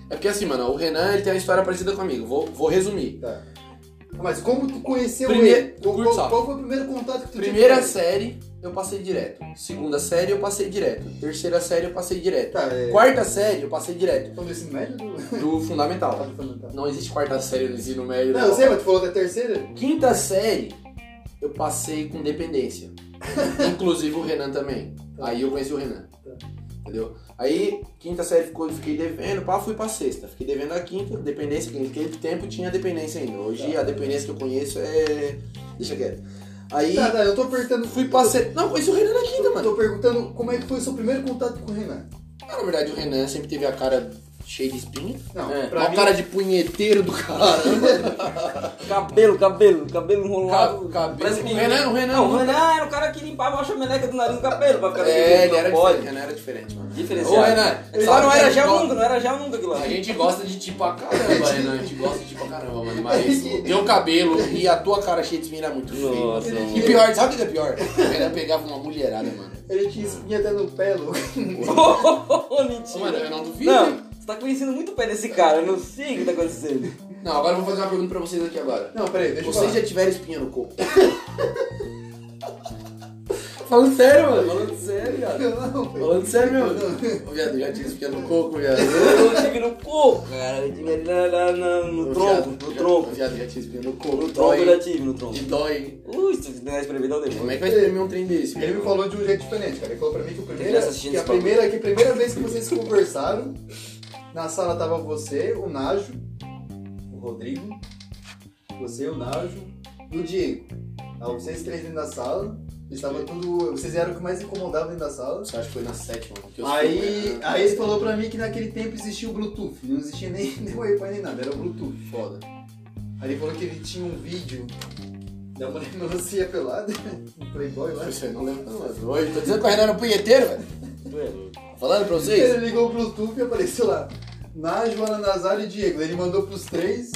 Speaker 1: é porque assim, mano, o Renan ele tem uma história parecida comigo, vou, vou resumir.
Speaker 3: Tá. Mas como tu conheceu
Speaker 1: Primeiro-
Speaker 3: ele? Qual,
Speaker 1: curte
Speaker 3: qual-
Speaker 1: só.
Speaker 3: qual foi o primeiro contato que tu
Speaker 1: Primeira
Speaker 3: teve?
Speaker 1: série, eu passei direto. Segunda série, eu passei direto. Terceira série, eu passei direto.
Speaker 3: Tá, é.
Speaker 1: Quarta série, eu passei direto.
Speaker 3: Quando esse médio do.
Speaker 1: Do fundamental.
Speaker 3: Pode fundamental.
Speaker 1: Não existe quarta série no ensino médio. né?
Speaker 3: Não, eu sei, mas tu falou da terceira?
Speaker 1: Quinta série, eu passei com dependência. Inclusive o Renan também. Aí eu conheci o Renan. Entendeu? Aí, quinta série ficou, fiquei devendo, pá, fui pra sexta. Fiquei devendo a quinta, dependência, que naquele tempo tinha dependência ainda. Hoje
Speaker 3: Tá.
Speaker 1: a dependência que eu conheço é. Deixa quieto. Aí
Speaker 3: Tá, tá, eu tô perguntando.
Speaker 1: fui pra sexta. Não, conheci o Renan na quinta,
Speaker 3: Eu
Speaker 1: mano.
Speaker 3: tô perguntando como é que foi o seu primeiro contato com o Renan.
Speaker 1: Ah, Na verdade, o Renan sempre teve a cara cheio de espinha.
Speaker 3: Não,
Speaker 2: É.
Speaker 3: pra
Speaker 1: Olha
Speaker 3: mim,
Speaker 1: o cara de punheteiro do caramba.
Speaker 2: Cabelo, cabelo, cabelo enrolado.
Speaker 1: Ca- cabelo.
Speaker 2: Parece
Speaker 1: O
Speaker 2: que-
Speaker 1: Renan, o Renan
Speaker 2: Não, o
Speaker 1: nunca-
Speaker 2: Renan era o cara que limpava a chameneca do nariz do cabelo pra ficar daquele
Speaker 1: é,
Speaker 2: jeito,
Speaker 1: ele
Speaker 2: não
Speaker 1: era
Speaker 2: pode.
Speaker 1: diferente, Renan era diferente, mano.
Speaker 2: Diferenciado.
Speaker 1: Ô, Renan, sabe
Speaker 2: Ele lá não
Speaker 1: que a
Speaker 2: era
Speaker 1: gente
Speaker 2: gel
Speaker 1: gosta-
Speaker 2: nunca, não era gel nunca aquilo lá.
Speaker 1: A gente gosta de ti pra caramba, Renan. A gente gosta de ti pra caramba, mano. Mas o teu cabelo e a tua cara cheia de espinha era muito feio.
Speaker 2: Nossa,
Speaker 1: E
Speaker 2: mano.
Speaker 1: pior, sabe o que é pior? O Renan pegava uma mulherada, mano.
Speaker 3: ele tinha espinha até no pé, louco.
Speaker 2: Ô,
Speaker 1: Ô, Mano, eu
Speaker 2: mentira.
Speaker 1: não duvido.
Speaker 2: Não,
Speaker 1: hein?
Speaker 2: você tá conhecendo muito pé desse cara, eu não sei o que tá acontecendo.
Speaker 1: Não, agora eu vou fazer uma pergunta pra vocês aqui agora.
Speaker 3: Não, peraí, deixa eu
Speaker 1: Vocês
Speaker 3: falar.
Speaker 1: já tiveram espinha no corpo? Falando sério, mano.
Speaker 2: Falando sério, cara.
Speaker 3: Não, não, velho.
Speaker 1: Falando sério, meu. Ô, viado, já tive espinha no coco, viado.
Speaker 2: Eu tive no coco, cara. Eu tive na- na- na- no
Speaker 1: Ô,
Speaker 2: tronco,
Speaker 1: viado,
Speaker 2: no
Speaker 1: já-
Speaker 2: tronco.
Speaker 1: ô, Viado, já tive espinha no coco.
Speaker 2: No tronco né? eu já
Speaker 1: Dói.
Speaker 2: tive, no tronco.
Speaker 1: De dói.
Speaker 2: Ui, se você não espremer, dá o
Speaker 1: Como
Speaker 2: demônio.
Speaker 1: é que vai espremer um trem desse?
Speaker 3: Ele me falou de um jeito diferente, cara. Ele falou pra mim que, o primeira,
Speaker 2: criança assistindo
Speaker 3: que, a,
Speaker 2: esse bagulho.
Speaker 3: primeira, que a primeira vez que vocês conversaram, na sala tava você, o Najo, o Rodrigo, você, o Najo e o Diego. Estavam vocês três dentro da sala, estava tudo. Vocês eram o que mais incomodava dentro da sala.
Speaker 1: Você acha que foi na sétima? porque eu
Speaker 3: Aí,
Speaker 1: sou- né?
Speaker 3: aí ele falou pra mim que naquele tempo existia o Bluetooth, não existia nem, nem Wi-Fi nem nada, era o Bluetooth.
Speaker 1: Foda.
Speaker 3: Aí ele falou que ele tinha um vídeo da mulher melancia pelada, um Playboy lá.
Speaker 1: Você não lembra, não, mas hoje. Tô dizendo que o Renan era um punheteiro, velho.
Speaker 2: Tu é louco.
Speaker 1: Falando pra vocês?
Speaker 3: Ele ligou o Bluetooth e apareceu lá. Na Joana Nazário e Diego. Ele mandou pros três.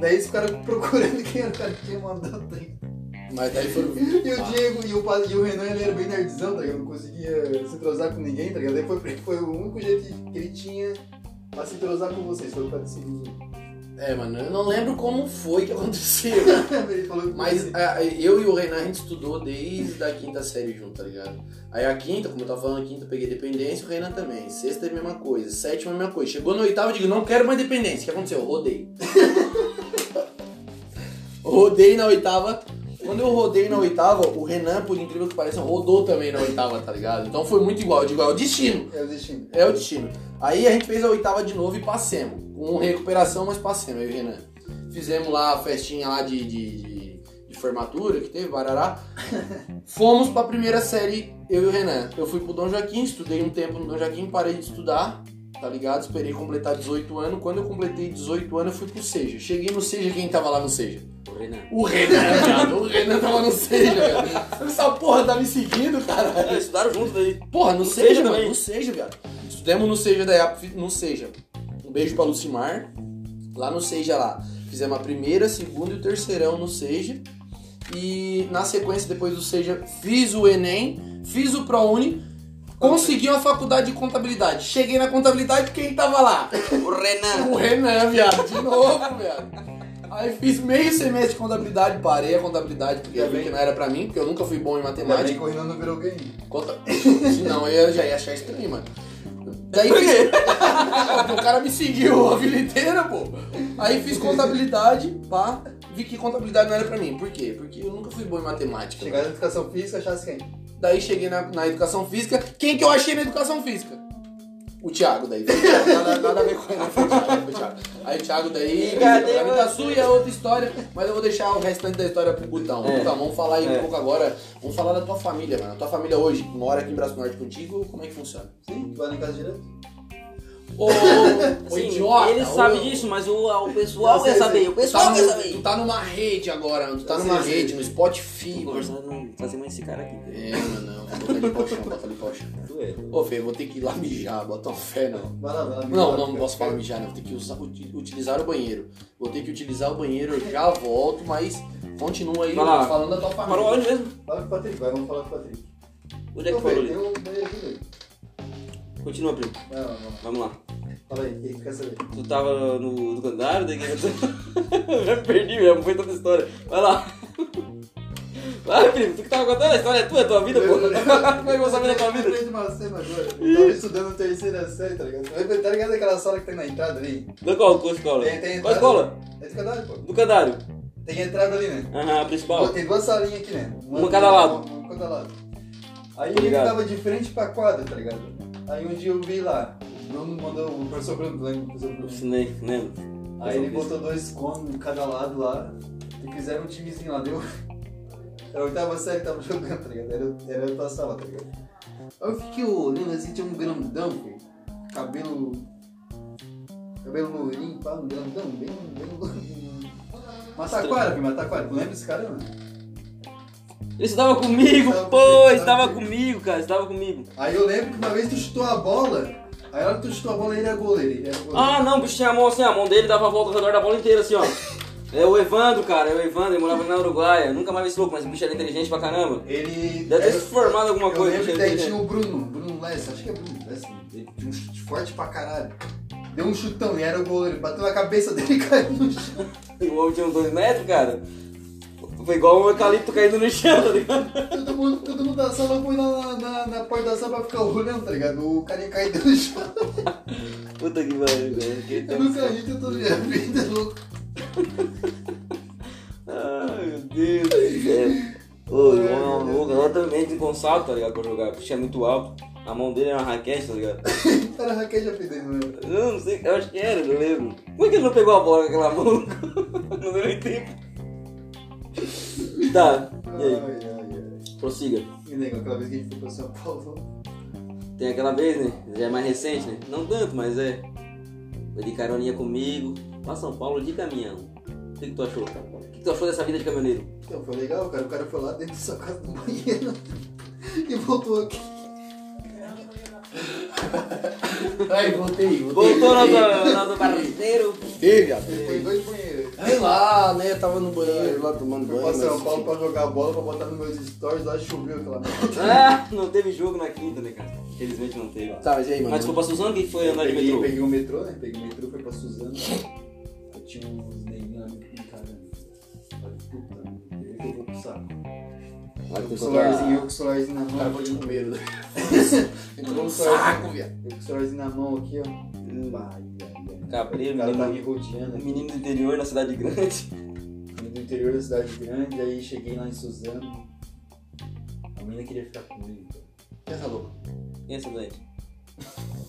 Speaker 3: Daí eles ficaram procurando quem era o cara que tinha mandado. tá ligado?
Speaker 1: Mas daí foi.
Speaker 3: E o Diego e o, pa- e o Renan, ele era bem nerdzão, tá ligado? Não conseguia se trozar com ninguém, tá ligado? Daí foi, foi o único jeito que ele tinha pra se trozar com vocês. Foi o cara desse
Speaker 1: É, mano, eu não lembro como foi que aconteceu.
Speaker 3: Ele falou que-
Speaker 1: Mas ah, eu e o Renan a gente estudou desde a quinta série junto, tá ligado? Aí a quinta, como eu tava falando, a quinta eu peguei dependência, o Renan também. Sexta é a mesma coisa, sétima é a mesma coisa. Chegou no oitavo, eu digo, não quero mais dependência. O que aconteceu? Eu rodei. rodei na oitava. Quando eu rodei na oitava, o Renan, por incrível que pareça, rodou também na oitava, tá ligado? Então foi muito igual, eu digo, é o destino.
Speaker 3: É o destino.
Speaker 1: É o destino. Aí a gente fez a oitava de novo e passemos. Com recuperação, mas passemos, eu e o Renan. Fizemos lá a festinha lá de, de, de- de formatura que teve, barará. Fomos pra primeira série, eu e o Renan. Eu fui pro Dom Joaquim, estudei um tempo no Dom Joaquim, parei de estudar, tá ligado? Esperei completar 18 anos. Quando eu completei 18 anos, eu fui pro Seja. Cheguei no Seja, quem tava lá no Seja?
Speaker 2: Ô, Renan.
Speaker 1: O Renan, cara. O Renan tava no Seja, cara. Essa porra tá me seguindo, cara.
Speaker 2: Ah, Estudaram juntos aí.
Speaker 1: Porra, não
Speaker 2: No
Speaker 1: seja,
Speaker 2: Seja,
Speaker 1: mano.
Speaker 2: mãe.
Speaker 1: Não seja, viado. Estudemos no Seja da EAP, fi- no Seja. Um beijo pra Lucimar. Lá no Seja lá. Fizemos a primeira, segunda e o terceirão no Seja. E na sequência, depois do Seja, fiz o Enem, fiz o ProUni, consegui uma faculdade de contabilidade. Cheguei na contabilidade, quem tava lá?
Speaker 2: O Renan.
Speaker 1: O Renan, viado. De novo, viado. Aí fiz meio semestre de contabilidade, parei a contabilidade, porque eu vi
Speaker 3: Também.
Speaker 1: que não era pra mim, porque eu nunca fui bom em
Speaker 3: Ainda
Speaker 1: matemática.
Speaker 3: bem que o Renan não virou gay.
Speaker 1: Conta. Se não, eu já ia achar estranho, mano. Daí fiz... Porque o cara me seguiu a vida inteira, pô. Aí fiz contabilidade, pá. Vi que contabilidade não era pra mim. Por quê? Porque eu nunca fui bom em matemática.
Speaker 3: Chegar na educação física, achasse é- quem?
Speaker 1: Daí cheguei na, na educação física. Quem que eu achei na educação física? O Thiago daí. Nada, nada a ver com ele. Foi o Thiago, foi o Thiago. Aí o Thiago daí.
Speaker 2: Cadê
Speaker 1: Pra mim tá
Speaker 2: você?
Speaker 1: sua e é outra história. Mas eu vou deixar o restante da história pro Gutão.
Speaker 2: né? É.
Speaker 1: Gutão, vamos falar aí
Speaker 2: É.
Speaker 1: um pouco agora. Vamos falar da tua família, mano. A tua família hoje mora aqui em Braço Norte contigo. Como é que funciona?
Speaker 3: Sim, que vai lá em casa direto.
Speaker 1: Ô, ô
Speaker 2: Sim,
Speaker 1: idiota!
Speaker 2: assim, Ele
Speaker 1: ô,
Speaker 2: sabe disso, mas o, o pessoal
Speaker 3: Eu
Speaker 2: quer
Speaker 3: sei,
Speaker 2: saber.
Speaker 3: sei.
Speaker 2: O
Speaker 1: Tu tá,
Speaker 2: pessoal quer
Speaker 1: no- tu
Speaker 2: saber.
Speaker 1: tá numa rede agora, mano. Tu tá
Speaker 3: Eu
Speaker 1: numa
Speaker 3: sei, eu
Speaker 1: rede,
Speaker 3: sei.
Speaker 1: no Spotify, mano.
Speaker 2: Conversando, não fazer mais esse cara aqui. velho.
Speaker 1: É, mano, bota ali pro chão, bota ali pro chão.
Speaker 2: Tu é.
Speaker 1: Ô, Fê, eu vou ter que ir lá mijar, bota uma fé, não.
Speaker 3: Vai lá, vai lá.
Speaker 1: Não,
Speaker 3: vai lá,
Speaker 1: não posso
Speaker 3: cara.
Speaker 1: falar mijar, não. Vou ter que usar- uti- utilizar o banheiro. Vou ter que utilizar o banheiro, eu já volto, mas continua aí
Speaker 2: Vai lá.
Speaker 1: falando da tua
Speaker 2: Ah, Parou
Speaker 1: família.
Speaker 2: onde mesmo?
Speaker 3: Fala com o Patrick, vai, vamos falar com o Patrick.
Speaker 2: Onde é
Speaker 3: Não,
Speaker 2: que parou
Speaker 3: velho,
Speaker 2: ali?
Speaker 3: Tem um banheiro aqui, velho.
Speaker 2: Continua, primo.
Speaker 3: Não, não, não.
Speaker 2: Vamos lá.
Speaker 3: Fala aí, o que tu quer saber?
Speaker 2: Tu tava no do Candário, daí que eu já me perdi mesmo, foi tanta história. Vai lá. Vai, primo, tu que tava contando a história é tua, é tua vida, pô. Como é que eu vou saber da tua vida?
Speaker 3: Eu de uma cena agora. Eu tava estudando terceira série, tá ligado? Eu- Tá ligado aquela sala que tem na entrada ali?
Speaker 2: Da qual, qual escola?
Speaker 3: Tem- tem-
Speaker 2: qual escola?
Speaker 3: É de cada lado, pô.
Speaker 2: Do Candário.
Speaker 3: Tem a entrada ali, né?
Speaker 2: Aham, a principal.
Speaker 3: Tem duas salinhas aqui, né?
Speaker 2: Uma cada lado.
Speaker 3: Uma, uma cada lado. Aí
Speaker 2: Tá
Speaker 3: ele
Speaker 2: ligado.
Speaker 3: tava de frente pra quadra, tá ligado? Aí um dia eu vi lá. O Bruno mandou, o professor Bruno, lembra? O professor Bruno.
Speaker 2: Isso nem, lembro.
Speaker 3: Aí ele botou dois cones em cada lado lá e fizeram um timezinho lá, deu. Era a oitava série que tava jogando, tá ligado? Era, era a tua sala, tá ligado? é Aí eu fiquei olhando assim, tinha um grandão, filho. Cabelo Cabelo loirinho, pá, um grandão, bem, bem loirinho. Mataquara, filho, Mataquara. Tu lembra esse cara, mano?
Speaker 2: Ele estava comigo,
Speaker 3: Tava comigo,
Speaker 2: pô,
Speaker 3: tava
Speaker 2: estava
Speaker 3: comigo.
Speaker 2: comigo, cara, estava comigo.
Speaker 3: Aí eu lembro que uma vez tu chutou a bola. Aí na hora que tu chutou a bola, ele era goleiro. Ele era goleiro.
Speaker 2: Ah, não, o bicho tinha a mão assim, a mão dele dava a volta ao redor da bola inteira, assim, ó. É o Evandro, cara, é o Evandro, ele morava na Uruguaia. Nunca mais vi esse louco, mas o bicho era inteligente pra caramba.
Speaker 3: Ele.
Speaker 2: Deve ter
Speaker 3: era-
Speaker 2: se formado em alguma
Speaker 3: eu
Speaker 2: coisa,
Speaker 3: Lembro
Speaker 2: não sei
Speaker 3: que daí
Speaker 2: o quê,
Speaker 3: tinha o Bruno, Bruno Lessa, acho que é Bruno Lessa. Ele tinha um chute forte pra caralho. Deu um chutão e era o goleiro. Bateu na cabeça dele e caiu no chão.
Speaker 2: E o homem tinha uns dois metros, cara. Foi igual um eucalipto caindo no chão, tá ligado?
Speaker 3: Todo mundo, todo mundo da sala foi na, na, na porta da sala pra ficar olhando, tá ligado? O cara ia cair no chão.
Speaker 2: Puta que pariu, velho. que
Speaker 3: Eu
Speaker 2: tempo.
Speaker 3: nunca ri de toda a minha vida, louco.
Speaker 2: Ai, meu Deus do céu. Ô, o homem é um louco, exatamente inconsável, tá ligado? Pra jogar, o bicho é muito alto. A mão dele era uma raquete, tá ligado?
Speaker 3: Era raquete a pedra, não era?
Speaker 2: Eu não sei, eu acho que era, não lembro. Como é que ele não pegou a bola com aquela mão? não deu nem tempo. Tá, e aí?
Speaker 3: Ai, ai,
Speaker 2: Prossiga.
Speaker 3: ai. E nego, aquela vez que a gente foi pra São Paulo.
Speaker 2: Tem aquela vez, né? Já é mais recente, né? Não tanto, mas é. Foi de caroninha comigo, pra São Paulo de caminhão. O que, que tu achou? O que, que tu achou dessa vida de caminhoneiro?
Speaker 3: Então, foi legal, cara. O cara foi lá dentro da sua casa do banheiro e voltou aqui. Aí, voltei, voltei.
Speaker 2: Voltou nosso, nosso parceiro.
Speaker 1: Ih, viado.
Speaker 3: Tem dois banheiros.
Speaker 1: Sei lá, né? Tava no banheiro um lá tomando
Speaker 3: Fui
Speaker 1: banho. né?
Speaker 3: pra São
Speaker 1: mas-
Speaker 3: Paulo pra jogar bola, pra botar nos meus stories, lá choveu aquela merda.
Speaker 2: Ah, não teve jogo na quinta, né, cara? Felizmente não teve.
Speaker 1: Tá, mas e aí, mano?
Speaker 2: Mas desculpa, Suzano, quem foi
Speaker 3: Eu
Speaker 2: andar é de
Speaker 3: peguei,
Speaker 2: metrô?
Speaker 3: peguei o metrô, né? Peguei o metrô, fui pra Suzano. Eu tinha uns neguinhos lá me encarando. Falei, puta, eu que eu vou pro saco.
Speaker 2: Vai
Speaker 3: Eu com
Speaker 2: ter
Speaker 3: o
Speaker 2: que comprar-
Speaker 3: celularzinho, eu com o celularzinho na mão.
Speaker 1: Cara,
Speaker 2: tipo
Speaker 1: vou de né? Então comer.
Speaker 3: Entrou no celularzinho,
Speaker 1: Saco, viado.
Speaker 3: eu com o celularzinho na mão aqui, ó. Vai, vai, vai.
Speaker 2: Cabreiro,
Speaker 3: O cara tá me
Speaker 2: menino,
Speaker 3: rodeando aqui.
Speaker 2: menino do interior na cidade grande.
Speaker 3: Vim do interior da cidade grande, aí cheguei lá em Suzano. A menina queria ficar comigo. então, Pensa louco.
Speaker 2: Quem é essa daí?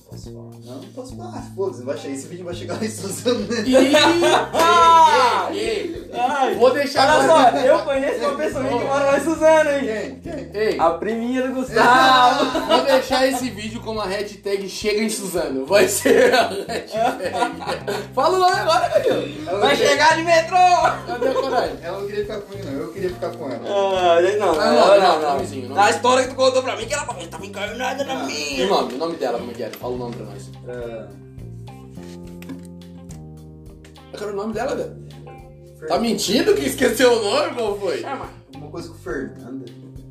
Speaker 3: Posso falar? Não, não posso falar. Foda-se, não vai chegar- esse vídeo vai chegar lá em Suzano, né?
Speaker 1: Ih, ei, ei, ei.
Speaker 2: Ah! Ai,
Speaker 1: Vou deixar
Speaker 2: Olha
Speaker 1: agora.
Speaker 2: só, eu conheço uma pessoinha que mora lá em Suzano, hein?
Speaker 3: Quem? Quem?
Speaker 1: Ei,
Speaker 2: A priminha do Gustavo.
Speaker 1: vou deixar esse vídeo com uma hashtag Chega em Suzano. Vai ser a hashtag. Fala o nome agora, Cadê?
Speaker 3: Ela não
Speaker 2: Vai
Speaker 3: queria-
Speaker 2: chegar de metrô!
Speaker 1: Cadê a coragem?
Speaker 3: Ela não queria ficar comigo, não. Eu queria ficar com ela.
Speaker 2: Ah, não,
Speaker 1: Ah, não,
Speaker 2: não, não,
Speaker 1: não,
Speaker 2: não.
Speaker 1: nomezinho, nome.
Speaker 2: Na história que tu contou pra mim, que ela falou, tá tava encarnada na
Speaker 3: Ah.
Speaker 1: E o
Speaker 2: minha.
Speaker 1: nome? O nome dela, como é que era? Fala o nome pra nós.
Speaker 3: Era-
Speaker 1: Eu quero o nome dela, velho. Tá mentindo que esqueceu o nome? Qual foi?
Speaker 2: Chama.
Speaker 3: Alguma coisa com Fernanda.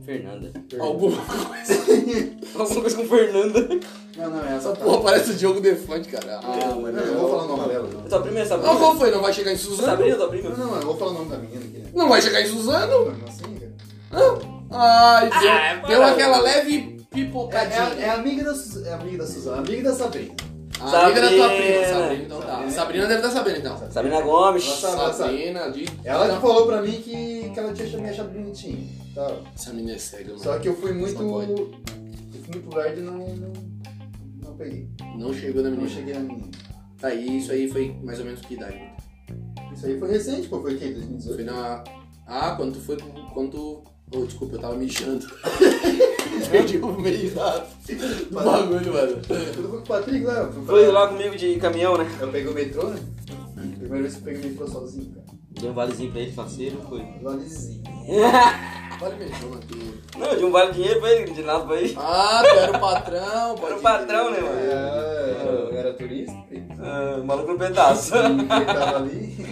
Speaker 2: Fernanda.
Speaker 1: Alguma coisa.
Speaker 2: Alguma coisa com Fernanda.
Speaker 3: Não, não, é
Speaker 1: Essa
Speaker 3: essa
Speaker 1: porra parece Tá, o Diogo Defante, cara. Ah,
Speaker 3: Não, eu vou falar o nome dela. Não,
Speaker 2: Tua prima é essa
Speaker 1: Não,
Speaker 2: prima?
Speaker 1: qual foi? Não vai chegar em
Speaker 2: Essa
Speaker 1: Suzano?
Speaker 2: prima, tua prima?
Speaker 3: não, não, eu vou falar o nome da menina aqui, né?
Speaker 1: Não vai chegar em Suzano?
Speaker 3: Não, assim, cara.
Speaker 1: Ai, deu,
Speaker 2: é, para.
Speaker 1: deu aquela leve
Speaker 3: É, é a-
Speaker 1: pipocadinha.
Speaker 3: Ah,
Speaker 1: Ah,
Speaker 3: é a amiga da Suzana, é a amiga da Suzana, amiga da Sabrina.
Speaker 1: A amiga da tua prima,
Speaker 2: Sabrina.
Speaker 1: Sabrina. Então tá.
Speaker 3: Sabrina.
Speaker 1: Sabrina deve estar sabendo, então.
Speaker 2: Sabrina Gomes.
Speaker 3: Nossa. Sabe, ela sabe.
Speaker 1: Sabrina, de...
Speaker 3: Ela que falou pra mim que, que ela tinha me achado bonitinho. Tá.
Speaker 1: Essa menina é cega, mano.
Speaker 3: Só que eu fui muito.
Speaker 1: Só pode.
Speaker 3: Eu fui muito verde e não, não. Não peguei.
Speaker 1: Não chegou na
Speaker 3: Não
Speaker 1: menina.
Speaker 3: cheguei na menina.
Speaker 1: Tá, e isso aí foi mais ou menos que idade? né?
Speaker 3: Isso aí foi recente, pô, foi o quê?
Speaker 1: Foi
Speaker 3: 2018?
Speaker 1: na... Ah, quando tu foi... Quando tu... Oh, desculpa, eu tava mijando. Perdi o meio da... do bagulho, mano.
Speaker 3: Tudo foi um com o Patrick lá. eu fui pra-
Speaker 2: Foi lá comigo de caminhão, né?
Speaker 3: Eu peguei o metrô, né?
Speaker 2: Hum.
Speaker 3: Primeira vez que eu peguei o metrô sozinho, cara.
Speaker 2: Dei um valezinho pra ele, faceiro, foi.
Speaker 3: Valezinho.
Speaker 1: Olha mexer, mano. tu-
Speaker 2: Não, de um vale dinheiro pra ele, de nada pra ele.
Speaker 1: Ah, tu era o patrão. pode
Speaker 2: Era o patrão, né,
Speaker 1: crer.
Speaker 2: mano?
Speaker 3: Eu era turista,
Speaker 2: Ah, o maluco no pedaço.
Speaker 3: eu tava ali.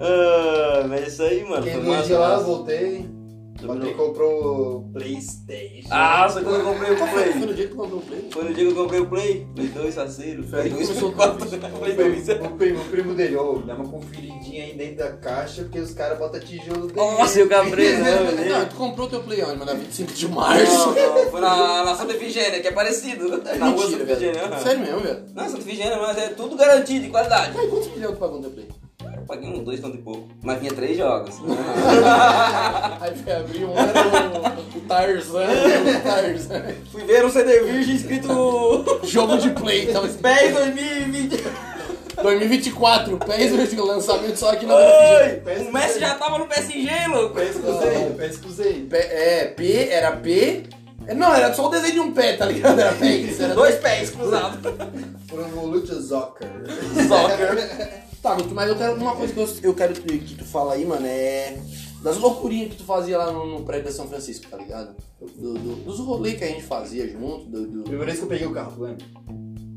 Speaker 2: Ah, mas é isso aí, mano.
Speaker 3: Fiquei
Speaker 2: Foi
Speaker 3: dois
Speaker 2: massa,
Speaker 3: dias lá,
Speaker 2: massa.
Speaker 3: voltei. O Patrick comprou o Playstation.
Speaker 2: Ah, foi quando eu comprei o
Speaker 1: Foi no
Speaker 2: Play.
Speaker 1: dia que tu comprou o play? né?
Speaker 2: Foi no dia que eu comprei o Play. Play 2, parceiro. Play
Speaker 1: Aí
Speaker 2: 2,
Speaker 1: começou
Speaker 2: Play
Speaker 1: o
Speaker 2: 4,
Speaker 1: convite.
Speaker 2: Play 2.
Speaker 3: O primo, o primo, o primo dele, ô, dá uma conferidinha aí dentro da caixa, porque os caras botam tijolo dentro.
Speaker 2: Nossa, e o Gabriel, não, né?
Speaker 1: Não, tu comprou teu play onde, mano? Na 25 de
Speaker 2: Não,
Speaker 1: março.
Speaker 2: não, foi na, na Santa Efigênia, que é parecido. Na rua né? Santa
Speaker 1: Mentira,
Speaker 2: Efigênia. aham.
Speaker 1: velho. Sério mesmo, velho.
Speaker 2: Não, Santa Efigênia, mas é tudo garantido, de qualidade.
Speaker 1: Mas quantos milhões tu pagou no teu play?
Speaker 2: Eu paguei uns dois, tanto e pouco. Mas vinha três jogos. né?
Speaker 1: Aí foi abrir um era o, o Tarzan, né? o Tarzan.
Speaker 2: Fui ver um CD virgem escrito
Speaker 1: Jogo de play, então, tava escrito
Speaker 2: PES 2020.
Speaker 1: 2024, PES versus lançamento só aqui na Brasil.
Speaker 2: Oi, o Messi já tava no PSG, louco.
Speaker 3: Parece que usei, parece que usei.
Speaker 1: Pe- É, P, era P. é, Não, era só o desenho de um pé, tá ligado? Era pé, isso era
Speaker 2: Dois pés cruzados.
Speaker 3: Provolute Zocker.
Speaker 2: Soccer.
Speaker 1: Tá, Guto, mas eu quero uma coisa que eu, eu quero que, que tu fala aí, mano, é. Das loucurinhas que tu fazia lá no, no prédio da São Francisco, tá ligado? Do- do- dos rolês que a gente fazia junto, do, do,
Speaker 3: Primeira vez que eu peguei o carro, lembra?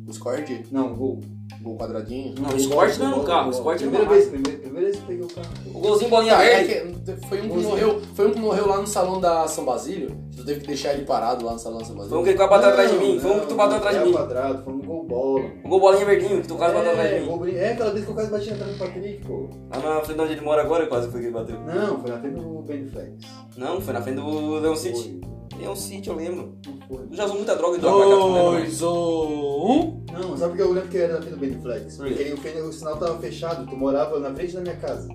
Speaker 1: dos cortes,
Speaker 3: Não, gol.
Speaker 1: gol quadradinho.
Speaker 2: Não, o esporte não era um carro, o esporte era
Speaker 3: Primeira
Speaker 2: uma
Speaker 3: vez,
Speaker 2: vez.
Speaker 3: primeira, primeira vez que eu peguei o carro.
Speaker 2: O golzinho bolinha
Speaker 1: Tá, é
Speaker 2: verde.
Speaker 1: que foi um que morreu, foi um que morreu lá no salão da São Basílio. Tu teve que deixar ele parado lá no salão da São
Speaker 2: Foi um
Speaker 1: Basílio.
Speaker 2: que ele quase bateu atrás de mim. Foi um que tu bateu atrás de mim.
Speaker 3: quadrado, foi um gol bola.
Speaker 2: O gol bolinha verdinho que tu quase bateu atrás
Speaker 3: é,
Speaker 2: de mim.
Speaker 3: gol brin- é aquela vez que eu quase bati atrás do Patrick, pô.
Speaker 1: é.
Speaker 2: Lá na frente onde ele mora agora quase foi que ele bateu.
Speaker 3: Não, foi na frente do Ben Flex.
Speaker 2: Não, foi na frente do Leon City.
Speaker 3: Foi.
Speaker 2: Leon City, eu lembro.
Speaker 3: Não foi.
Speaker 2: Tu já usou muita droga e droga pra cá, tu não lembra, né?
Speaker 1: Dois ou um.
Speaker 3: Não, sabe por que eu lembro que era na frente do Benflex?
Speaker 2: Por
Speaker 3: Porque
Speaker 2: quê?
Speaker 3: ele- o, fen- o sinal tava fechado, tu morava na frente da minha casa.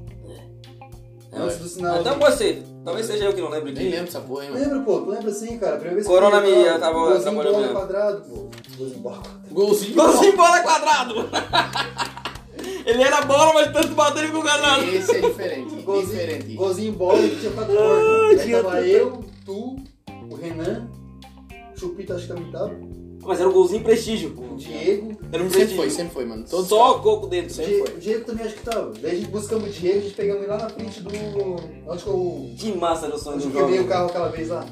Speaker 3: Antes do sinal.
Speaker 2: Então pode ser. Talvez seja eu que não lembro
Speaker 1: Nem
Speaker 2: disso.
Speaker 1: lembro dessa porra, hein, mano.
Speaker 3: Lembra, pô? Tu lembra assim, cara? A primeira vez
Speaker 2: Corona tá
Speaker 3: eu
Speaker 2: me
Speaker 3: tava-
Speaker 2: acabou
Speaker 3: Golzinho
Speaker 2: atrapalhando
Speaker 3: bola
Speaker 2: mesmo.
Speaker 3: quadrado, pô. Golzinho bola quadrado.
Speaker 1: Golzinho.
Speaker 2: Golzinho bola quadrado! ele era bola, mas tanto bateu ele com o quadrado.
Speaker 1: Esse é diferente. diferente.
Speaker 3: Golzinho, golzinho bola que tinha quatro portas. Aí
Speaker 2: tinha
Speaker 3: tava
Speaker 2: tanta-
Speaker 3: eu, tu, o Renan, o Chupita acho que também tava,
Speaker 2: Mas era um golzinho prestígio.
Speaker 3: o Diego.
Speaker 2: Era
Speaker 1: Sempre
Speaker 2: um prestígio.
Speaker 1: foi, sempre foi, mano. Todos
Speaker 2: Só o coco dentro.
Speaker 1: Sempre
Speaker 3: Die-
Speaker 1: foi.
Speaker 3: O Diego também acho que tava. Daí a gente buscamos o Diego, a gente pegamos ele lá na frente do. Onde que eu.
Speaker 2: Que massa era o sonho
Speaker 3: Onde
Speaker 2: do
Speaker 3: eu quebrei o
Speaker 2: jogo.
Speaker 3: carro aquela vez lá?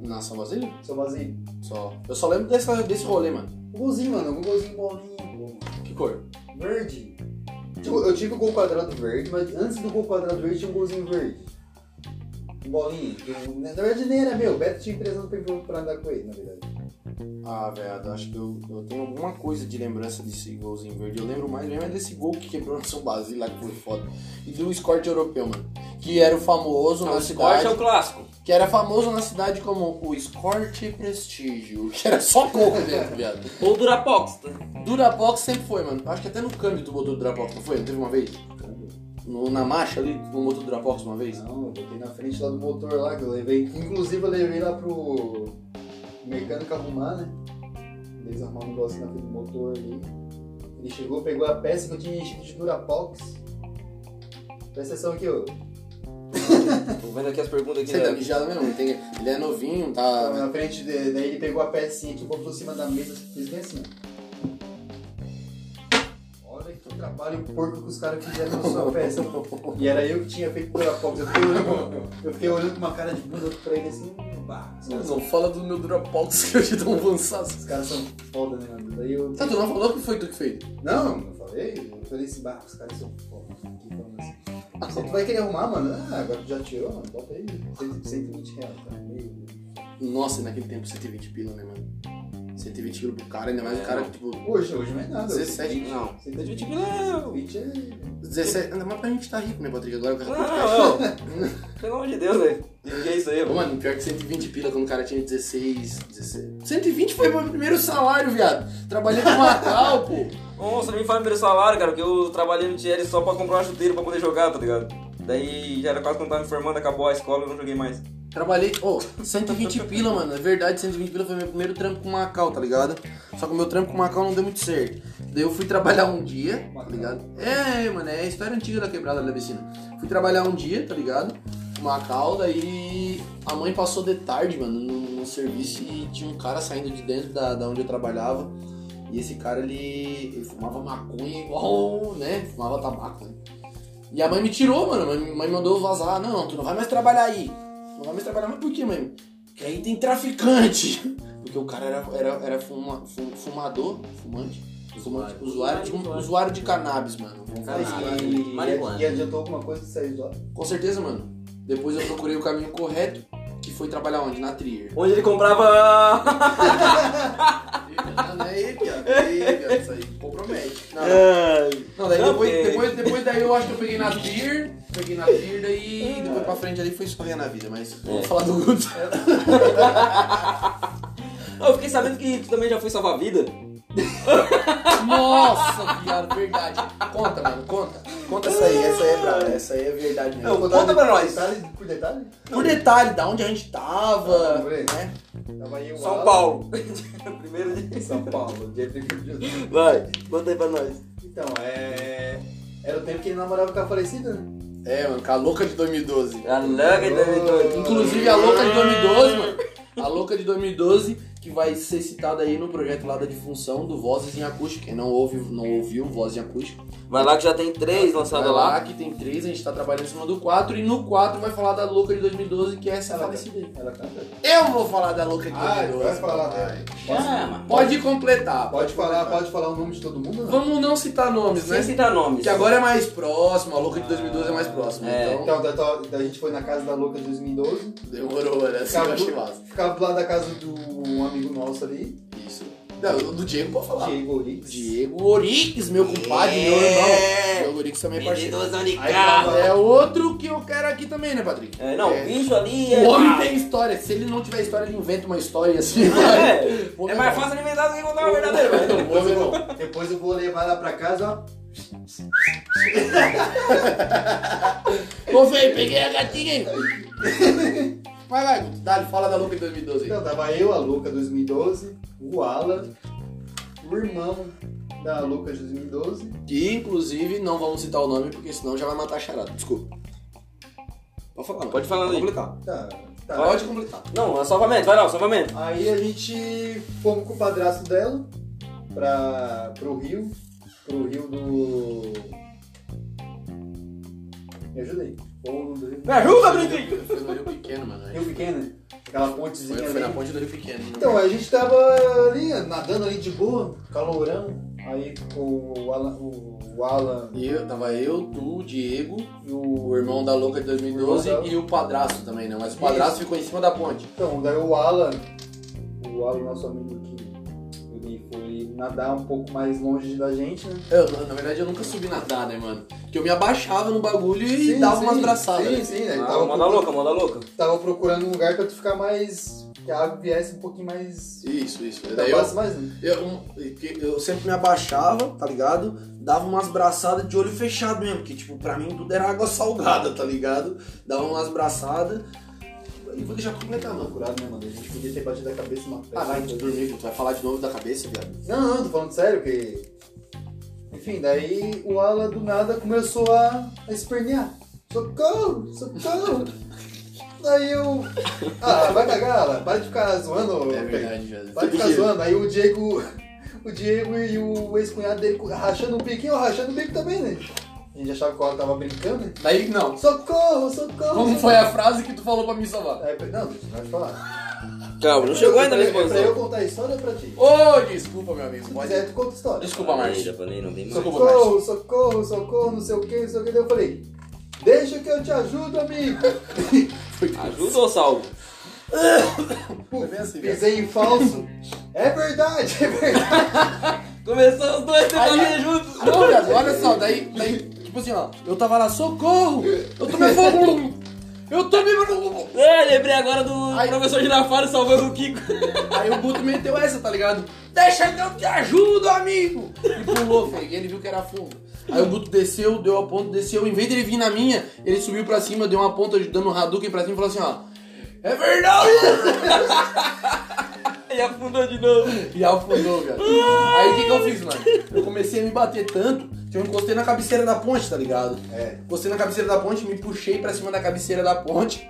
Speaker 1: Na São Basílio?
Speaker 3: Seu vazio.
Speaker 1: Só. Eu só lembro dessa, desse rolê, mano.
Speaker 3: O golzinho, mano. O golzinho bolinha, pô.
Speaker 1: Que cor?
Speaker 3: Verde. Tipo, Eu tive o gol quadrado verde, mas antes do gol quadrado verde tinha um golzinho verde. Um bolinho. que eu- na verdade nem era meu, o Beto tinha emprestado pra, eu- pra andar com ele, na verdade.
Speaker 1: Ah, velho, acho que eu, eu tenho alguma coisa de lembrança desse golzinho verde. Eu lembro mais mesmo é desse gol que quebrou no São Basílio lá, que foi foda. E do escorte europeu, mano. Que era o famoso
Speaker 2: Não,
Speaker 1: na
Speaker 2: o esporte
Speaker 1: cidade.
Speaker 2: é o clássico.
Speaker 1: Que era famoso na cidade como o escorte prestígio. Que era só coco dentro, viado.
Speaker 2: Ou Durapox. tá?
Speaker 1: Durapox sempre foi, mano. Acho que até no câmbio tu botou Durapox, não foi? Não teve uma vez? No- na marcha ali, tu não botou Durapox uma vez?
Speaker 3: Não, eu botei na frente lá do motor lá, que eu levei. Inclusive eu levei lá pro mecânico arrumar, né? Eles arrumaram um negócio na frente do motor ali. Ele chegou, pegou a peça que eu tinha enchido de Durapox. Presta atenção aqui, ó.
Speaker 2: Tô vendo aqui as perguntas aqui.
Speaker 1: Você tá
Speaker 2: da-
Speaker 1: mijado mesmo, ele, tem- ele é novinho, tá.
Speaker 3: Na frente, de- daí ele pegou a pecinha que botou em cima da mesa, fez bem assim. ó. Olha que trabalho porco que os caras fizeram na sua peça. E era eu que tinha feito por a Fox. Eu fiquei olhando, eu fiquei olhando com uma cara de bunda pra ele assim, bah, os caras,
Speaker 1: Não fala do meu Durapox que eu te dou um avançaço.
Speaker 3: os caras são foda, né, mano? Daí eu.
Speaker 1: Tá, tu não falou que foi tu que fez.
Speaker 3: Não, eu falei, eu falei assim, bah, os caras são foda. Aqui falando assim. "Ah, Você vai querer arrumar, mano? Ah, agora tu já tirou, mano. Bota aí. 120 reais, cara. Meio.
Speaker 1: Nossa, e naquele tempo 120 pila, né, mano? 120 pila pro cara, ainda mais o cara, tipo,
Speaker 3: Hoje, hoje não é nada.
Speaker 1: 17.
Speaker 2: Não. tá
Speaker 3: 120 é.
Speaker 1: 17. Ainda mais pra gente tá rico, né, Patrick? Agora com
Speaker 2: Não,
Speaker 1: essa podcast.
Speaker 2: não, não. Pelo amor de Deus, velho. Que é isso aí,
Speaker 1: Ô,
Speaker 2: mano?
Speaker 1: mano, pior que 120 pila quando o cara tinha 16, 16. 120 foi meu primeiro salário, viado. Trabalhei no Natal, pô.
Speaker 2: Nossa, nem fala meu salário, cara, porque eu trabalhei no Thierry só pra comprar uma chuteira pra poder jogar, tá ligado? Daí já era quase quando tava me formando, acabou a escola, eu não joguei mais.
Speaker 1: Trabalhei, ô, 120 pila, mano. É verdade, 120 pila foi meu primeiro trampo com Macau, tá ligado? Só que o meu trampo com Macau não deu muito certo. Daí eu fui trabalhar um dia, tá ligado? É, mano, é a história antiga da quebrada da piscina. Fui trabalhar um dia, tá ligado? Com Macau, daí a mãe passou de tarde, mano, no, no serviço e tinha um cara saindo de dentro da, da onde eu trabalhava. E esse cara, ele, ele fumava maconha igual, né? Fumava tabaco, né? E a mãe me tirou, mano. A mãe, a mãe mandou eu vazar. Não, tu não vai mais trabalhar aí. Tu não vai mais trabalhar, mas por quê, mãe? Porque aí tem traficante. Porque o cara era, era, era fuma- fu- fumador, fumante. Fumante, usuário, de, usuário de cannabis, mano. Vamos
Speaker 2: Tá
Speaker 1: falar isso.
Speaker 3: Aí, e,
Speaker 2: né? Marihuana.
Speaker 3: e adiantou alguma coisa de sair de lá?
Speaker 1: Com certeza, mano. Depois eu procurei o caminho correto, que foi trabalhar onde? Na Trier.
Speaker 2: Onde ele comprava.
Speaker 1: Não é ele, cara. É ele, cara. Isso aí compromete. Não, Não, daí
Speaker 2: Não,
Speaker 1: depois,
Speaker 2: porque-
Speaker 1: depois, depois daí eu acho que eu peguei na beer, peguei na beer, daí depois pra frente ali foi escorrer na vida, mas vamos falar do Guto.
Speaker 2: Eu fiquei sabendo que tu também já foi salvar a vida.
Speaker 1: Nossa, viado, verdade. Conta, mano, conta. Conta essa aí, essa aí é brava, essa aí é verdade mesmo.
Speaker 2: Não,
Speaker 3: Vou dar
Speaker 2: conta pra nós.
Speaker 3: Detalhe por detalhe?
Speaker 1: Por detalhe, da onde a gente tava,
Speaker 3: Por aí.
Speaker 1: né?
Speaker 3: Tava aí o
Speaker 2: Ah, São
Speaker 3: Alan-
Speaker 2: Paulo. Primeiro de.
Speaker 3: São Paulo, dia 31 de outubro.
Speaker 2: Vai, conta aí pra nós.
Speaker 3: Então, é. Era o tempo que ele namorava com a falecida, né?
Speaker 1: É, mano, com a louca de 2012.
Speaker 2: Ah. Tá A louca de 2012.
Speaker 1: Inclusive a louca de 2012, mano. A louca de 2012 que vai ser citada aí no projeto lá da difunção do Vozes em Acústico. Quem não ouve, não ouviu Vozes em Acústico.
Speaker 2: Vai lá que já tem três lançadas
Speaker 1: vai
Speaker 2: lá.
Speaker 1: que tem três, a gente tá trabalhando em cima do quatro. E no quatro vai falar da Louca de 2012, que é essa
Speaker 3: Ela
Speaker 1: falecida. aí.
Speaker 3: Ela canta.
Speaker 1: Eu vou falar da Louca de
Speaker 3: Ah,
Speaker 1: 2012.
Speaker 3: vai falar
Speaker 1: papai.
Speaker 3: dela.
Speaker 2: Chama.
Speaker 1: Pode completar.
Speaker 3: Pode falar,
Speaker 1: completar.
Speaker 3: pode falar o nome de todo mundo? né? Não.
Speaker 1: Vamos não citar nomes,
Speaker 2: Sem
Speaker 1: né?
Speaker 2: citar nomes.
Speaker 1: Que agora é mais próximo, a Louca de 2012
Speaker 3: Ah,
Speaker 1: é mais próximo.
Speaker 2: É.
Speaker 1: Então,
Speaker 3: Então, da, da- da gente foi na casa da louca de 2012.
Speaker 1: demorou, era assim, eu
Speaker 3: Então, Acabou.
Speaker 1: achei massa.
Speaker 3: Ficava do lado da casa do um amigo nosso ali,
Speaker 1: Isso. Não, o do Diego pode falar.
Speaker 3: Diego Orix.
Speaker 1: Diego Orix, meu compadre, meu irmão. Diego Orix também é
Speaker 2: É. Menino
Speaker 1: parceiro.
Speaker 2: usando de
Speaker 3: Aí
Speaker 2: carro.
Speaker 3: tava-
Speaker 1: É outro que eu quero aqui também, né, Patrick?
Speaker 2: É, não, o
Speaker 1: É.
Speaker 2: bicho ali é.
Speaker 1: O homem tem história. Se ele não tiver história, ele inventa uma história assim. vai.
Speaker 2: É,
Speaker 1: O homem
Speaker 2: é mais
Speaker 1: bom.
Speaker 2: fácil alimentar do que contar uma verdadeira. né?
Speaker 1: O homem é bom.
Speaker 3: Depois eu vou levar ela pra casa, ó.
Speaker 1: Ô, velho, peguei a gatinha aí. Vai, vai, Guto. Dá, fala da Luca em 2012. aí.
Speaker 3: Então, tava eu, a Luca 2012, o Alan, o irmão da Luca de 2012.
Speaker 1: Que, inclusive, não vamos citar o nome, porque senão já vai matar a charada. Desculpa. Pode falar,
Speaker 2: Pode falar
Speaker 1: Pode
Speaker 2: aí.
Speaker 1: completar.
Speaker 3: Tá, tá.
Speaker 1: Pode completar.
Speaker 2: Não, é salvamento, vai lá, salvamento.
Speaker 3: Aí a gente fomos com o padrasto dela pra, pro rio, pro rio do. Me ajudei. Ou do rio.
Speaker 2: Me ajuda, Brinquinho!
Speaker 1: Foi no Rio Pequeno, mano.
Speaker 3: Rio Pequeno, aquela pontezinha
Speaker 1: Foi, foi na
Speaker 3: ali.
Speaker 1: ponte do Rio Pequeno. né?
Speaker 3: Então, a gente tava ali, nadando ali de boa, calorão. Aí com o Alan, o, o Alan
Speaker 1: E eu, tava eu, tu, o Diego,
Speaker 3: e o
Speaker 1: o irmão da louca de 2012
Speaker 3: O irmão da-
Speaker 1: e o padrasto também, né? Mas o padrasto ficou em cima da ponte.
Speaker 3: Então, daí o Alan, o Alan, nosso amigo que ele foi nadar um pouco mais longe da gente, né?
Speaker 1: Eu, É, na verdade, eu nunca subi nadar, né, mano? Porque eu me abaixava no bagulho e dava umas braçadas.
Speaker 3: Sim,
Speaker 1: né?
Speaker 3: sim, né? Ele
Speaker 2: Ah,
Speaker 3: tava,
Speaker 2: manda
Speaker 3: procurando,
Speaker 2: louca, manda louca.
Speaker 3: tava procurando um lugar pra tu ficar mais. que a água viesse um pouquinho mais.
Speaker 1: Isso, isso. Daí eu,
Speaker 3: Tapasse mais, né?
Speaker 1: eu, um- porque eu sempre me abaixava, tá ligado? Dava umas braçadas de olho fechado mesmo, porque, tipo, pra mim tudo era água salgada, tá ligado? Dava umas braçadas. E vou deixar completar, mano.
Speaker 3: Procurado, né, mano? A gente podia ter batido a cabeça numa pedra.
Speaker 1: Ah, vai tu dormir, tu vai falar de novo da cabeça, viado.
Speaker 3: Não, não, tô falando sério, que. Enfim, daí o Alan do nada começou a, a espernear. Socorro, socorro! daí eu. Ah, vai cagar, Alan, para de ficar zoando.
Speaker 1: É
Speaker 3: velho.
Speaker 1: verdade, viado.
Speaker 3: Vai ficar zoando. Aí o Diego. O Diego e o ex-cunhado dele rachando o bico, e eu rachando o bico também, né? A gente achava que o Alan tava brincando, né?
Speaker 1: Daí, não.
Speaker 3: Socorro, socorro!
Speaker 1: Como foi a frase que tu falou pra me salvar?
Speaker 3: Aí, eu falei, não, deixa eu falar.
Speaker 2: Calma, não chegou ainda na
Speaker 3: É pra- é Pra
Speaker 2: exposição.
Speaker 3: eu contar a história pra ti.
Speaker 1: Ô, desculpa, meu amigo.
Speaker 3: Se
Speaker 1: Mas
Speaker 3: quiser, tu conta a história.
Speaker 1: Desculpa,
Speaker 2: Aí,
Speaker 1: Márcio.
Speaker 2: japonês, não tem mais.
Speaker 1: Socorro.
Speaker 3: Socorro, socorro, socorro, não sei o que, não sei o que. Daí eu falei, deixa que eu te ajudo, amigo.
Speaker 2: Ajuda ou salvo?
Speaker 1: Foi bem assim, velho.
Speaker 3: Pisei em falso. É verdade, é verdade.
Speaker 2: Começou os dois tá tentando
Speaker 1: Aí-
Speaker 2: juntos.
Speaker 1: Não, viado, olha só, daí, daí, tipo assim, ó, eu tava lá, socorro! Eu tomei fogo! Eu tomei.
Speaker 2: É, lembrei agora do
Speaker 1: Aí-
Speaker 2: professor Girafari salvando o Kiko.
Speaker 1: Aí o Guto meteu essa, tá ligado? Deixa que eu te ajudo, amigo! E pulou, feio, ele viu que era fundo. Aí o Guto desceu, deu a ponta, desceu. Em vez dele vir na minha, ele subiu pra cima, deu uma ponta dando um Hadouken pra cima e falou assim, ó. É verdade!
Speaker 2: E afundou de novo.
Speaker 1: E afundou, cara. Aí o que, que eu fiz, mano? Eu comecei a me bater tanto que eu encostei na cabeceira da ponte, tá ligado?
Speaker 3: É.
Speaker 1: Encostei na cabeceira da ponte, me puxei pra cima da cabeceira da ponte.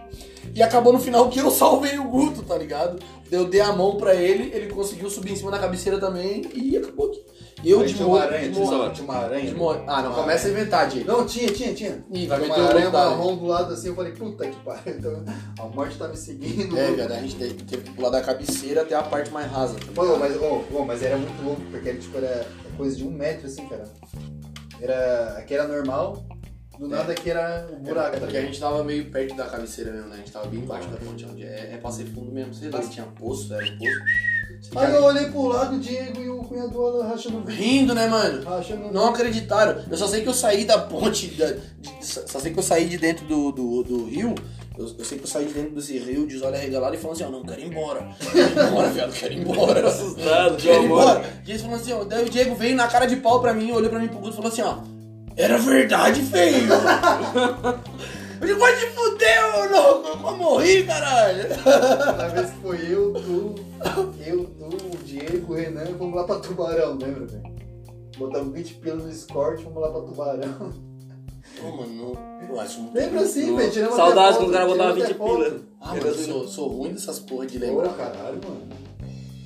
Speaker 1: E acabou no final que eu salvei o Guto, tá ligado? Eu dei a mão pra ele, ele conseguiu subir em cima da cabeceira também e acabou aqui. Eu
Speaker 3: Aí
Speaker 1: de
Speaker 3: tinha uma
Speaker 1: molho,
Speaker 3: aranha,
Speaker 1: de
Speaker 3: tinha
Speaker 1: molho,
Speaker 3: uma- tinha uma aranha. é.
Speaker 1: de molho. Ah, não, começa a inventar, Diego.
Speaker 3: Não, tinha, tinha, tinha.
Speaker 1: Ih, vai
Speaker 3: Tinha
Speaker 1: meter o
Speaker 3: uma aranha
Speaker 1: louco tá, né? da área.
Speaker 3: marrom do lado assim, eu falei, puta que pariu. Então, a morte tá me seguindo.
Speaker 1: É, viado, a gente teve teve que pular da cabeceira até a parte mais rasa. tá
Speaker 3: Pô, mas, ô, ô, mas era muito louco, porque era, tipo, era coisa de um metro assim, cara. Era. Aqui era normal, do nada aqui era o buraco,
Speaker 1: É
Speaker 3: tá
Speaker 1: porque a
Speaker 3: ligado?
Speaker 1: gente tava meio perto da cabeceira mesmo, né? A gente tava bem embaixo da ponte, onde é, é pra ser fundo mesmo. Sei lá se tinha poço, era um poço. Sei
Speaker 3: Aí
Speaker 1: lá.
Speaker 3: eu olhei pro lado, o Diego e o cunhado do Alan rachando o bico.
Speaker 1: Rindo, né, mano?
Speaker 3: Rachando o bico.
Speaker 1: Não acreditaram. Eu só sei que eu saí da ponte, da- de- só só sei que eu saí de dentro do, do, do rio. Eu, eu sei que eu saí de dentro desse rio, de olhos arregalados, e falando assim, ó, não, quero ir embora. Quero ir embora, viado, quero ir embora.
Speaker 2: Assustado,
Speaker 1: Quero ir
Speaker 2: amor.
Speaker 1: embora. E eles falaram assim, ó, daí o Diego veio na cara de pau pra mim, olhou pra mim pro Guto e falou assim, ó, era verdade, feio. Eu digo, vai te fuder, ô louco, eu vou morrer, caralho.
Speaker 3: Na vez que foi eu, tu, eu, tu, o Diego, o Renan, vamos lá pra Tubarão, lembra, velho? Botamos 20 pilos no escort, vamos lá pra Tubarão.
Speaker 1: Ô, mano, não- eu acho muito...
Speaker 3: Lembra assim, velho? Tiramos até
Speaker 2: Saudades
Speaker 3: foto,
Speaker 2: quando o cara botava
Speaker 3: tiramos
Speaker 2: 20
Speaker 3: até foto.
Speaker 2: pila.
Speaker 1: Ah, mano, eu sou, sou ruim dessas porra de
Speaker 3: Lembra,
Speaker 1: lembrar.
Speaker 3: caralho, mano.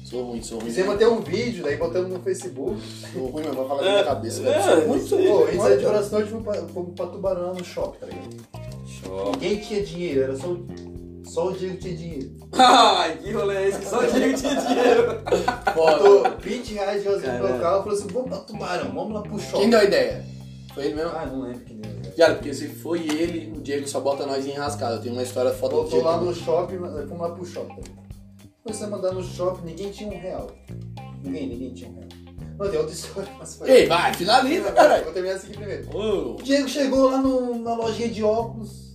Speaker 1: Sou ruim, sou ruim.
Speaker 3: Fizemos até um vídeo, daí botamos no Facebook.
Speaker 1: Sou ruim, mas vai falar da minha cabeça,
Speaker 2: É,
Speaker 1: velho. Sou ruim,
Speaker 2: isso
Speaker 1: sou
Speaker 2: aí.
Speaker 3: Pô, a
Speaker 1: ruim.
Speaker 3: gente saiu
Speaker 1: Olha,
Speaker 3: de
Speaker 1: cara.
Speaker 3: Brasão e fomos pra- fomos pra Tubarão lá no shopping, tá ligado?
Speaker 2: Show.
Speaker 3: Ninguém tinha dinheiro, era só, só o Diego que tinha dinheiro.
Speaker 2: Ai, que rolê é esse? Que só dinheiro tinha dinheiro.
Speaker 1: Foda.
Speaker 3: Botou 20 reais de Osasco
Speaker 2: Caralho.
Speaker 3: no carro e falou assim: vamos pra Tubarão, vamos lá pro shopping.
Speaker 1: Quem deu a ideia? Foi ele mesmo?
Speaker 3: Ah, não lembro que nem. era.
Speaker 1: Cara, porque se foi ele, o Diego só bota nós em enrascada. Eu tenho uma história foda do
Speaker 3: Voltou
Speaker 1: Diego.
Speaker 3: lá no shopping, nós fomos lá pro shopping. Começamos a andar no shopping, ninguém tinha um real. Ninguém, ninguém tinha um real. Não, tem outra história, mas foi.
Speaker 1: Ei, vai, finaliza, caralho.
Speaker 3: Vou terminar essa aqui primeiro.
Speaker 1: Ô,
Speaker 3: O Diego chegou lá no- na lojinha de óculos.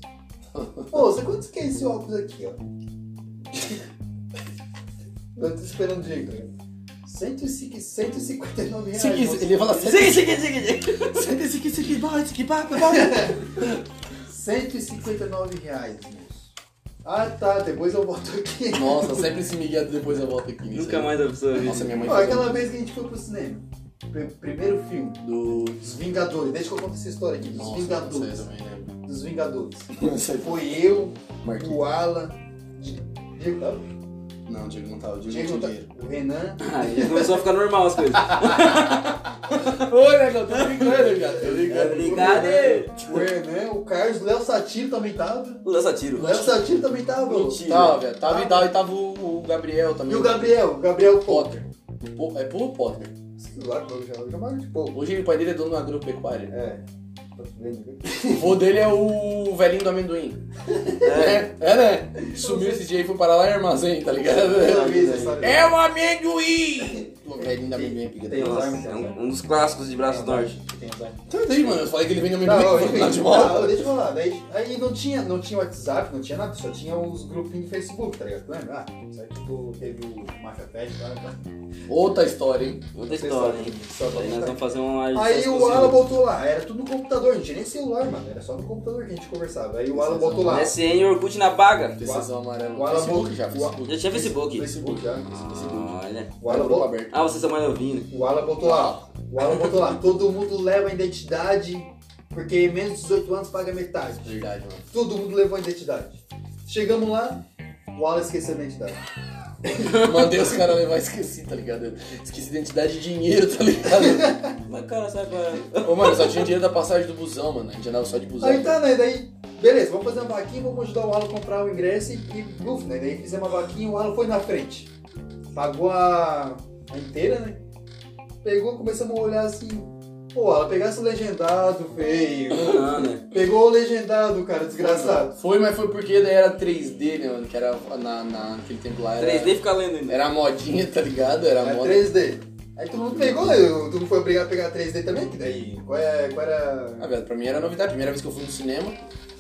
Speaker 3: Ô, você quanto que é esse óculos aqui, ó? Eu tô esperando o Diego. né? 105 159 reais.
Speaker 1: se quiser-
Speaker 3: moço.
Speaker 1: Ele fala assim.
Speaker 2: Sim, sim, sim, sim.
Speaker 1: Senta esse aqui, esse aqui, vai, esse aqui, vai, vai, vai.
Speaker 3: 159 reais, moço. Ah tá, depois eu boto aqui.
Speaker 1: Nossa, sempre se miguel depois eu volto aqui. nisso
Speaker 2: Nunca
Speaker 1: aí.
Speaker 2: mais a pessoa viu.
Speaker 1: Nossa, minha mãe
Speaker 3: Ó,
Speaker 1: fazia
Speaker 3: aquela vez que a gente foi pro cinema. Pr- primeiro filme.
Speaker 1: do...
Speaker 3: Dos Vingadores. Deixa que eu conto essa história aqui. Dos
Speaker 1: Nossa, não sei
Speaker 3: Vingadores.
Speaker 1: também, né?
Speaker 3: Dos Vingadores.
Speaker 1: Não sei.
Speaker 3: Foi eu,
Speaker 1: Marquinhos.
Speaker 3: o Alan, Di- Diego, tava?
Speaker 1: Não, o Diego não tava. O Diego, Ah, é.
Speaker 3: Diego
Speaker 1: não
Speaker 3: tá-
Speaker 1: tinha dinheiro.
Speaker 3: o Renan.
Speaker 2: Aí já começou a ficar normal as coisas.
Speaker 1: Ô, negão, tô brincando, cara. Tô
Speaker 2: É brincadeira.
Speaker 3: O Renan, o Carlos, o Léo Satiro também tava.
Speaker 2: Lança
Speaker 3: O
Speaker 2: tiro.
Speaker 3: Léo Satiro também tava.
Speaker 2: Mentira.
Speaker 1: Tava, velho. Tava o Vidal e tava o o Gabriel também.
Speaker 3: E o Gabriel, o Gabriel Potter.
Speaker 1: Potter. Po- É Pô Potter.
Speaker 3: Lá, eu já chamava de pouco.
Speaker 1: Hoje o pai dele é dono de uma agropecuária.
Speaker 3: É. Tá vendo?
Speaker 1: O vô dele é o velhinho do amendoim.
Speaker 2: É.
Speaker 1: É, né? Sumiu esse dia e foi parar lá em armazém, tá ligado?
Speaker 3: Pela vez, sabe?
Speaker 1: É o amendoim! O velhinho do amendoim, pica.
Speaker 3: Tem
Speaker 2: Nossa,
Speaker 3: alarme,
Speaker 2: é
Speaker 3: tem
Speaker 2: um, um dos clássicos de Braço Norte.
Speaker 3: Tem as armas.
Speaker 1: Tá daí, mano. Eu falei que ele vende
Speaker 3: Não,
Speaker 1: amendoim
Speaker 3: não,
Speaker 1: no final de mal.
Speaker 3: não, deixa eu falar. Daí, aí não tinha, não tinha WhatsApp, não tinha nada, só tinha uns grupinhos do Facebook, tá ligado? Lembra? Ah, sabe que tu teve o Mafia Fest lá, tá?
Speaker 1: Outra história, hein?
Speaker 2: Outra história, hein?
Speaker 3: Só pra
Speaker 2: Aí nós
Speaker 3: contar.
Speaker 2: vamos fazer uma live.
Speaker 3: Aí
Speaker 2: só
Speaker 3: o
Speaker 2: exclusiva.
Speaker 3: Alan botou lá, era tudo no computador, não tinha nem celular, mano, era só no computador que a gente conversava. Aí o Alan botou lá.
Speaker 2: SN e Né, Orkut na paga.
Speaker 1: Decisão amarela.
Speaker 3: o Alan
Speaker 1: Facebook
Speaker 3: Bo-
Speaker 1: já,
Speaker 3: o-
Speaker 1: Facebook.
Speaker 2: Já tinha Facebook.
Speaker 3: Facebook, já.
Speaker 2: Ah, olha.
Speaker 3: O
Speaker 1: É
Speaker 3: Alan,
Speaker 1: grupo
Speaker 3: bo-
Speaker 1: aberto.
Speaker 2: Ah, vocês são mais novinhos.
Speaker 3: o Alan botou lá, o Alan botou lá, todo mundo leva a identidade, porque menos de 18 anos paga metade.
Speaker 1: Verdade, mano.
Speaker 3: Todo mundo levou a identidade. Chegamos lá, o Alan esqueceu a identidade.
Speaker 1: Mandei os caras levar e esqueci, tá ligado? Eu Esqueci identidade e dinheiro, tá ligado?
Speaker 2: Mas cara, é? sai agora.
Speaker 1: Ô, mano, só tinha dinheiro da passagem do busão, mano. A gente andava só de busão.
Speaker 3: Aí tá, né? Daí, beleza, vamos fazer uma vaquinha, vamos ajudar o Alan a comprar o ingresso e, e buf, né? Daí fizemos uma vaquinha, o Alan foi na frente. Pagou a, a inteira, né? Pegou, começamos a olhar assim. Pô, Alan, pegasse o legendado, feio.
Speaker 2: Ah, né?
Speaker 3: Pegou o legendado, cara, desgraçado.
Speaker 1: Foi, mas foi porque daí era 3D, né, mano? Que era na, na- naquele tempo lá. Era,
Speaker 2: 3D fica lendo ainda.
Speaker 1: Era modinha, tá ligado? Era
Speaker 3: É
Speaker 1: moda.
Speaker 3: 3D. Aí todo mundo pegou, né? Todo mundo foi obrigado a pegar 3D também, que daí. Qual, é, qual
Speaker 1: Ah,
Speaker 3: era.
Speaker 1: velho, pra mim era novidade. Primeira vez que eu fui no cinema,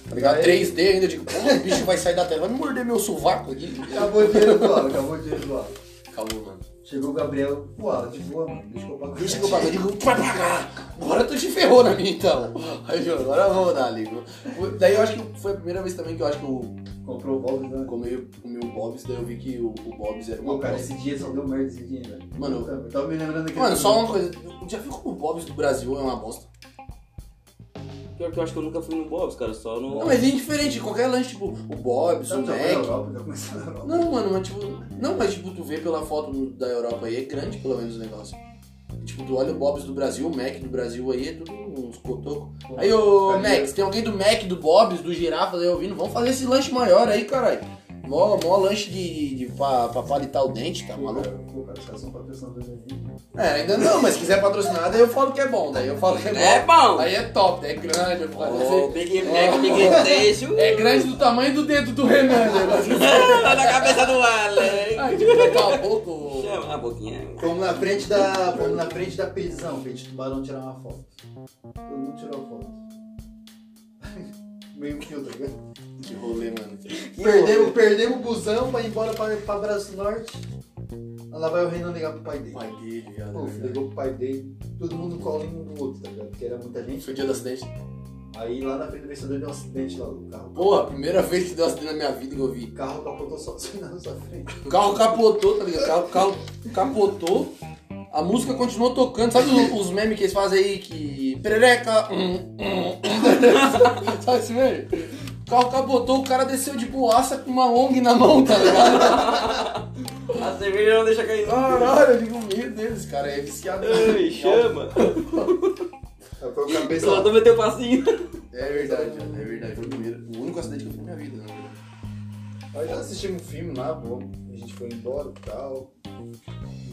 Speaker 1: tá ligado?
Speaker 3: Aí-
Speaker 1: 3D ainda, eu digo, pô, o bicho vai sair da tela, vai me morder meu sovaco aqui.
Speaker 3: Acabou o dinheiro do Alan, acabou o dinheiro do Alan.
Speaker 1: Calma, mano.
Speaker 3: Chegou o Gabriel, pô, Alan, de boa, mano, deixa que eu pago.
Speaker 1: Deixa que eu pago, eu digo, pra pagar. Agora tu te ferrou na minha, então. Aí eu, agora vamos dar ali. Foi- Daí eu acho que foi a primeira vez também que eu acho que eu
Speaker 3: Comprou o Bob, né?
Speaker 1: comi, comi o Bob's, daí eu vi que o, o Bob's era uma
Speaker 3: Pô, cara,
Speaker 1: bosta.
Speaker 3: esse dia só deu merda esse dia, velho.
Speaker 1: Mano,
Speaker 3: eu tava me lembrando daquele.
Speaker 1: Mano, só uma coisa, já viu como o Bob's do Brasil é uma bosta?
Speaker 2: É, Pior que eu acho que eu nunca fui no Bob's, cara. Só no.
Speaker 1: Não, mas é indiferente, qualquer lanche, tipo, o Bob's, o
Speaker 3: Sabe, já foi na
Speaker 1: Mac.
Speaker 3: Europa, já começou na Europa.
Speaker 1: Não, mano, mas tipo. Não, mas tipo, tu vê pela foto do- da Europa aí, é grande pelo menos o negócio. Tipo, tu olha o Bob's do Brasil, o Mac do Brasil aí, é tudo uns cotocos. Aí, ô
Speaker 3: Cadê?
Speaker 1: Max, tem alguém do Mac, do Bob's, do Girafas aí ouvindo, vamos fazer esse lanche maior aí, caralho. Mó, mó lanche de, de, pra, pra palitar o dente, tá
Speaker 3: Pô,
Speaker 1: maluco?
Speaker 3: cara, pô, cara, os caras são patrocinadores aqui.
Speaker 1: É, ainda não, mas se quiser patrocinar, daí eu falo que é bom, daí eu falo que é bom.
Speaker 2: É bom.
Speaker 1: Aí é top, é grande, eu falo
Speaker 2: Ô,
Speaker 1: assim.
Speaker 2: Big
Speaker 1: Ó.
Speaker 2: Mac, Big Teixo.
Speaker 1: É grande do tamanho do dedo do Renan, né?
Speaker 2: Tá na cabeça do Alan.
Speaker 1: Ai, tipo, daqui a pouco.
Speaker 2: Chama a boquinha.
Speaker 3: Fomos na frente da. Fomos na frente da prisão, frente do barão tirar uma foto. Todo mundo tirou a foto. Meio que eu, tá ligado?
Speaker 1: Que rolê, mano.
Speaker 3: Perdemos, perdemos o busão pra ir embora pra, pra Braço Norte. Lá vai o Renan ligar pro pai dele.
Speaker 1: Pai dele, cara.
Speaker 3: Pô, ligou pro pai dele, todo mundo colinho um do outro, tá ligado? Porque era muita gente.
Speaker 1: Foi o dia do acidente.
Speaker 3: Aí lá na frente do vencedor deu um acidente lá do carro.
Speaker 1: Porra, primeira vez que deu acidente na minha vida que eu vi.
Speaker 3: O carro tá capotou sozinho na nossa frente.
Speaker 1: O carro capotou, tá ligado? O carro, o carro capotou. A música continuou tocando. Sabe o- os memes que eles fazem aí que. Perereca! hum, hum, hum. Sabe esse meme? O carro capotou, o cara desceu de boaça com uma ONG na mão, tá ligado?
Speaker 2: A que ele Ah, não deixa cair.
Speaker 1: Caralho, eu digo medo deles, cara. É viciado.
Speaker 2: Ai, chama.
Speaker 3: Aí foi o cabeça.
Speaker 2: Só tô meteu o passinho.
Speaker 1: É verdade, cara, é verdade. Foi o primeiro. O único acidente que eu fiz na minha vida, né?
Speaker 3: Aí nós assistimos um filme lá, bom, a gente foi embora e tal.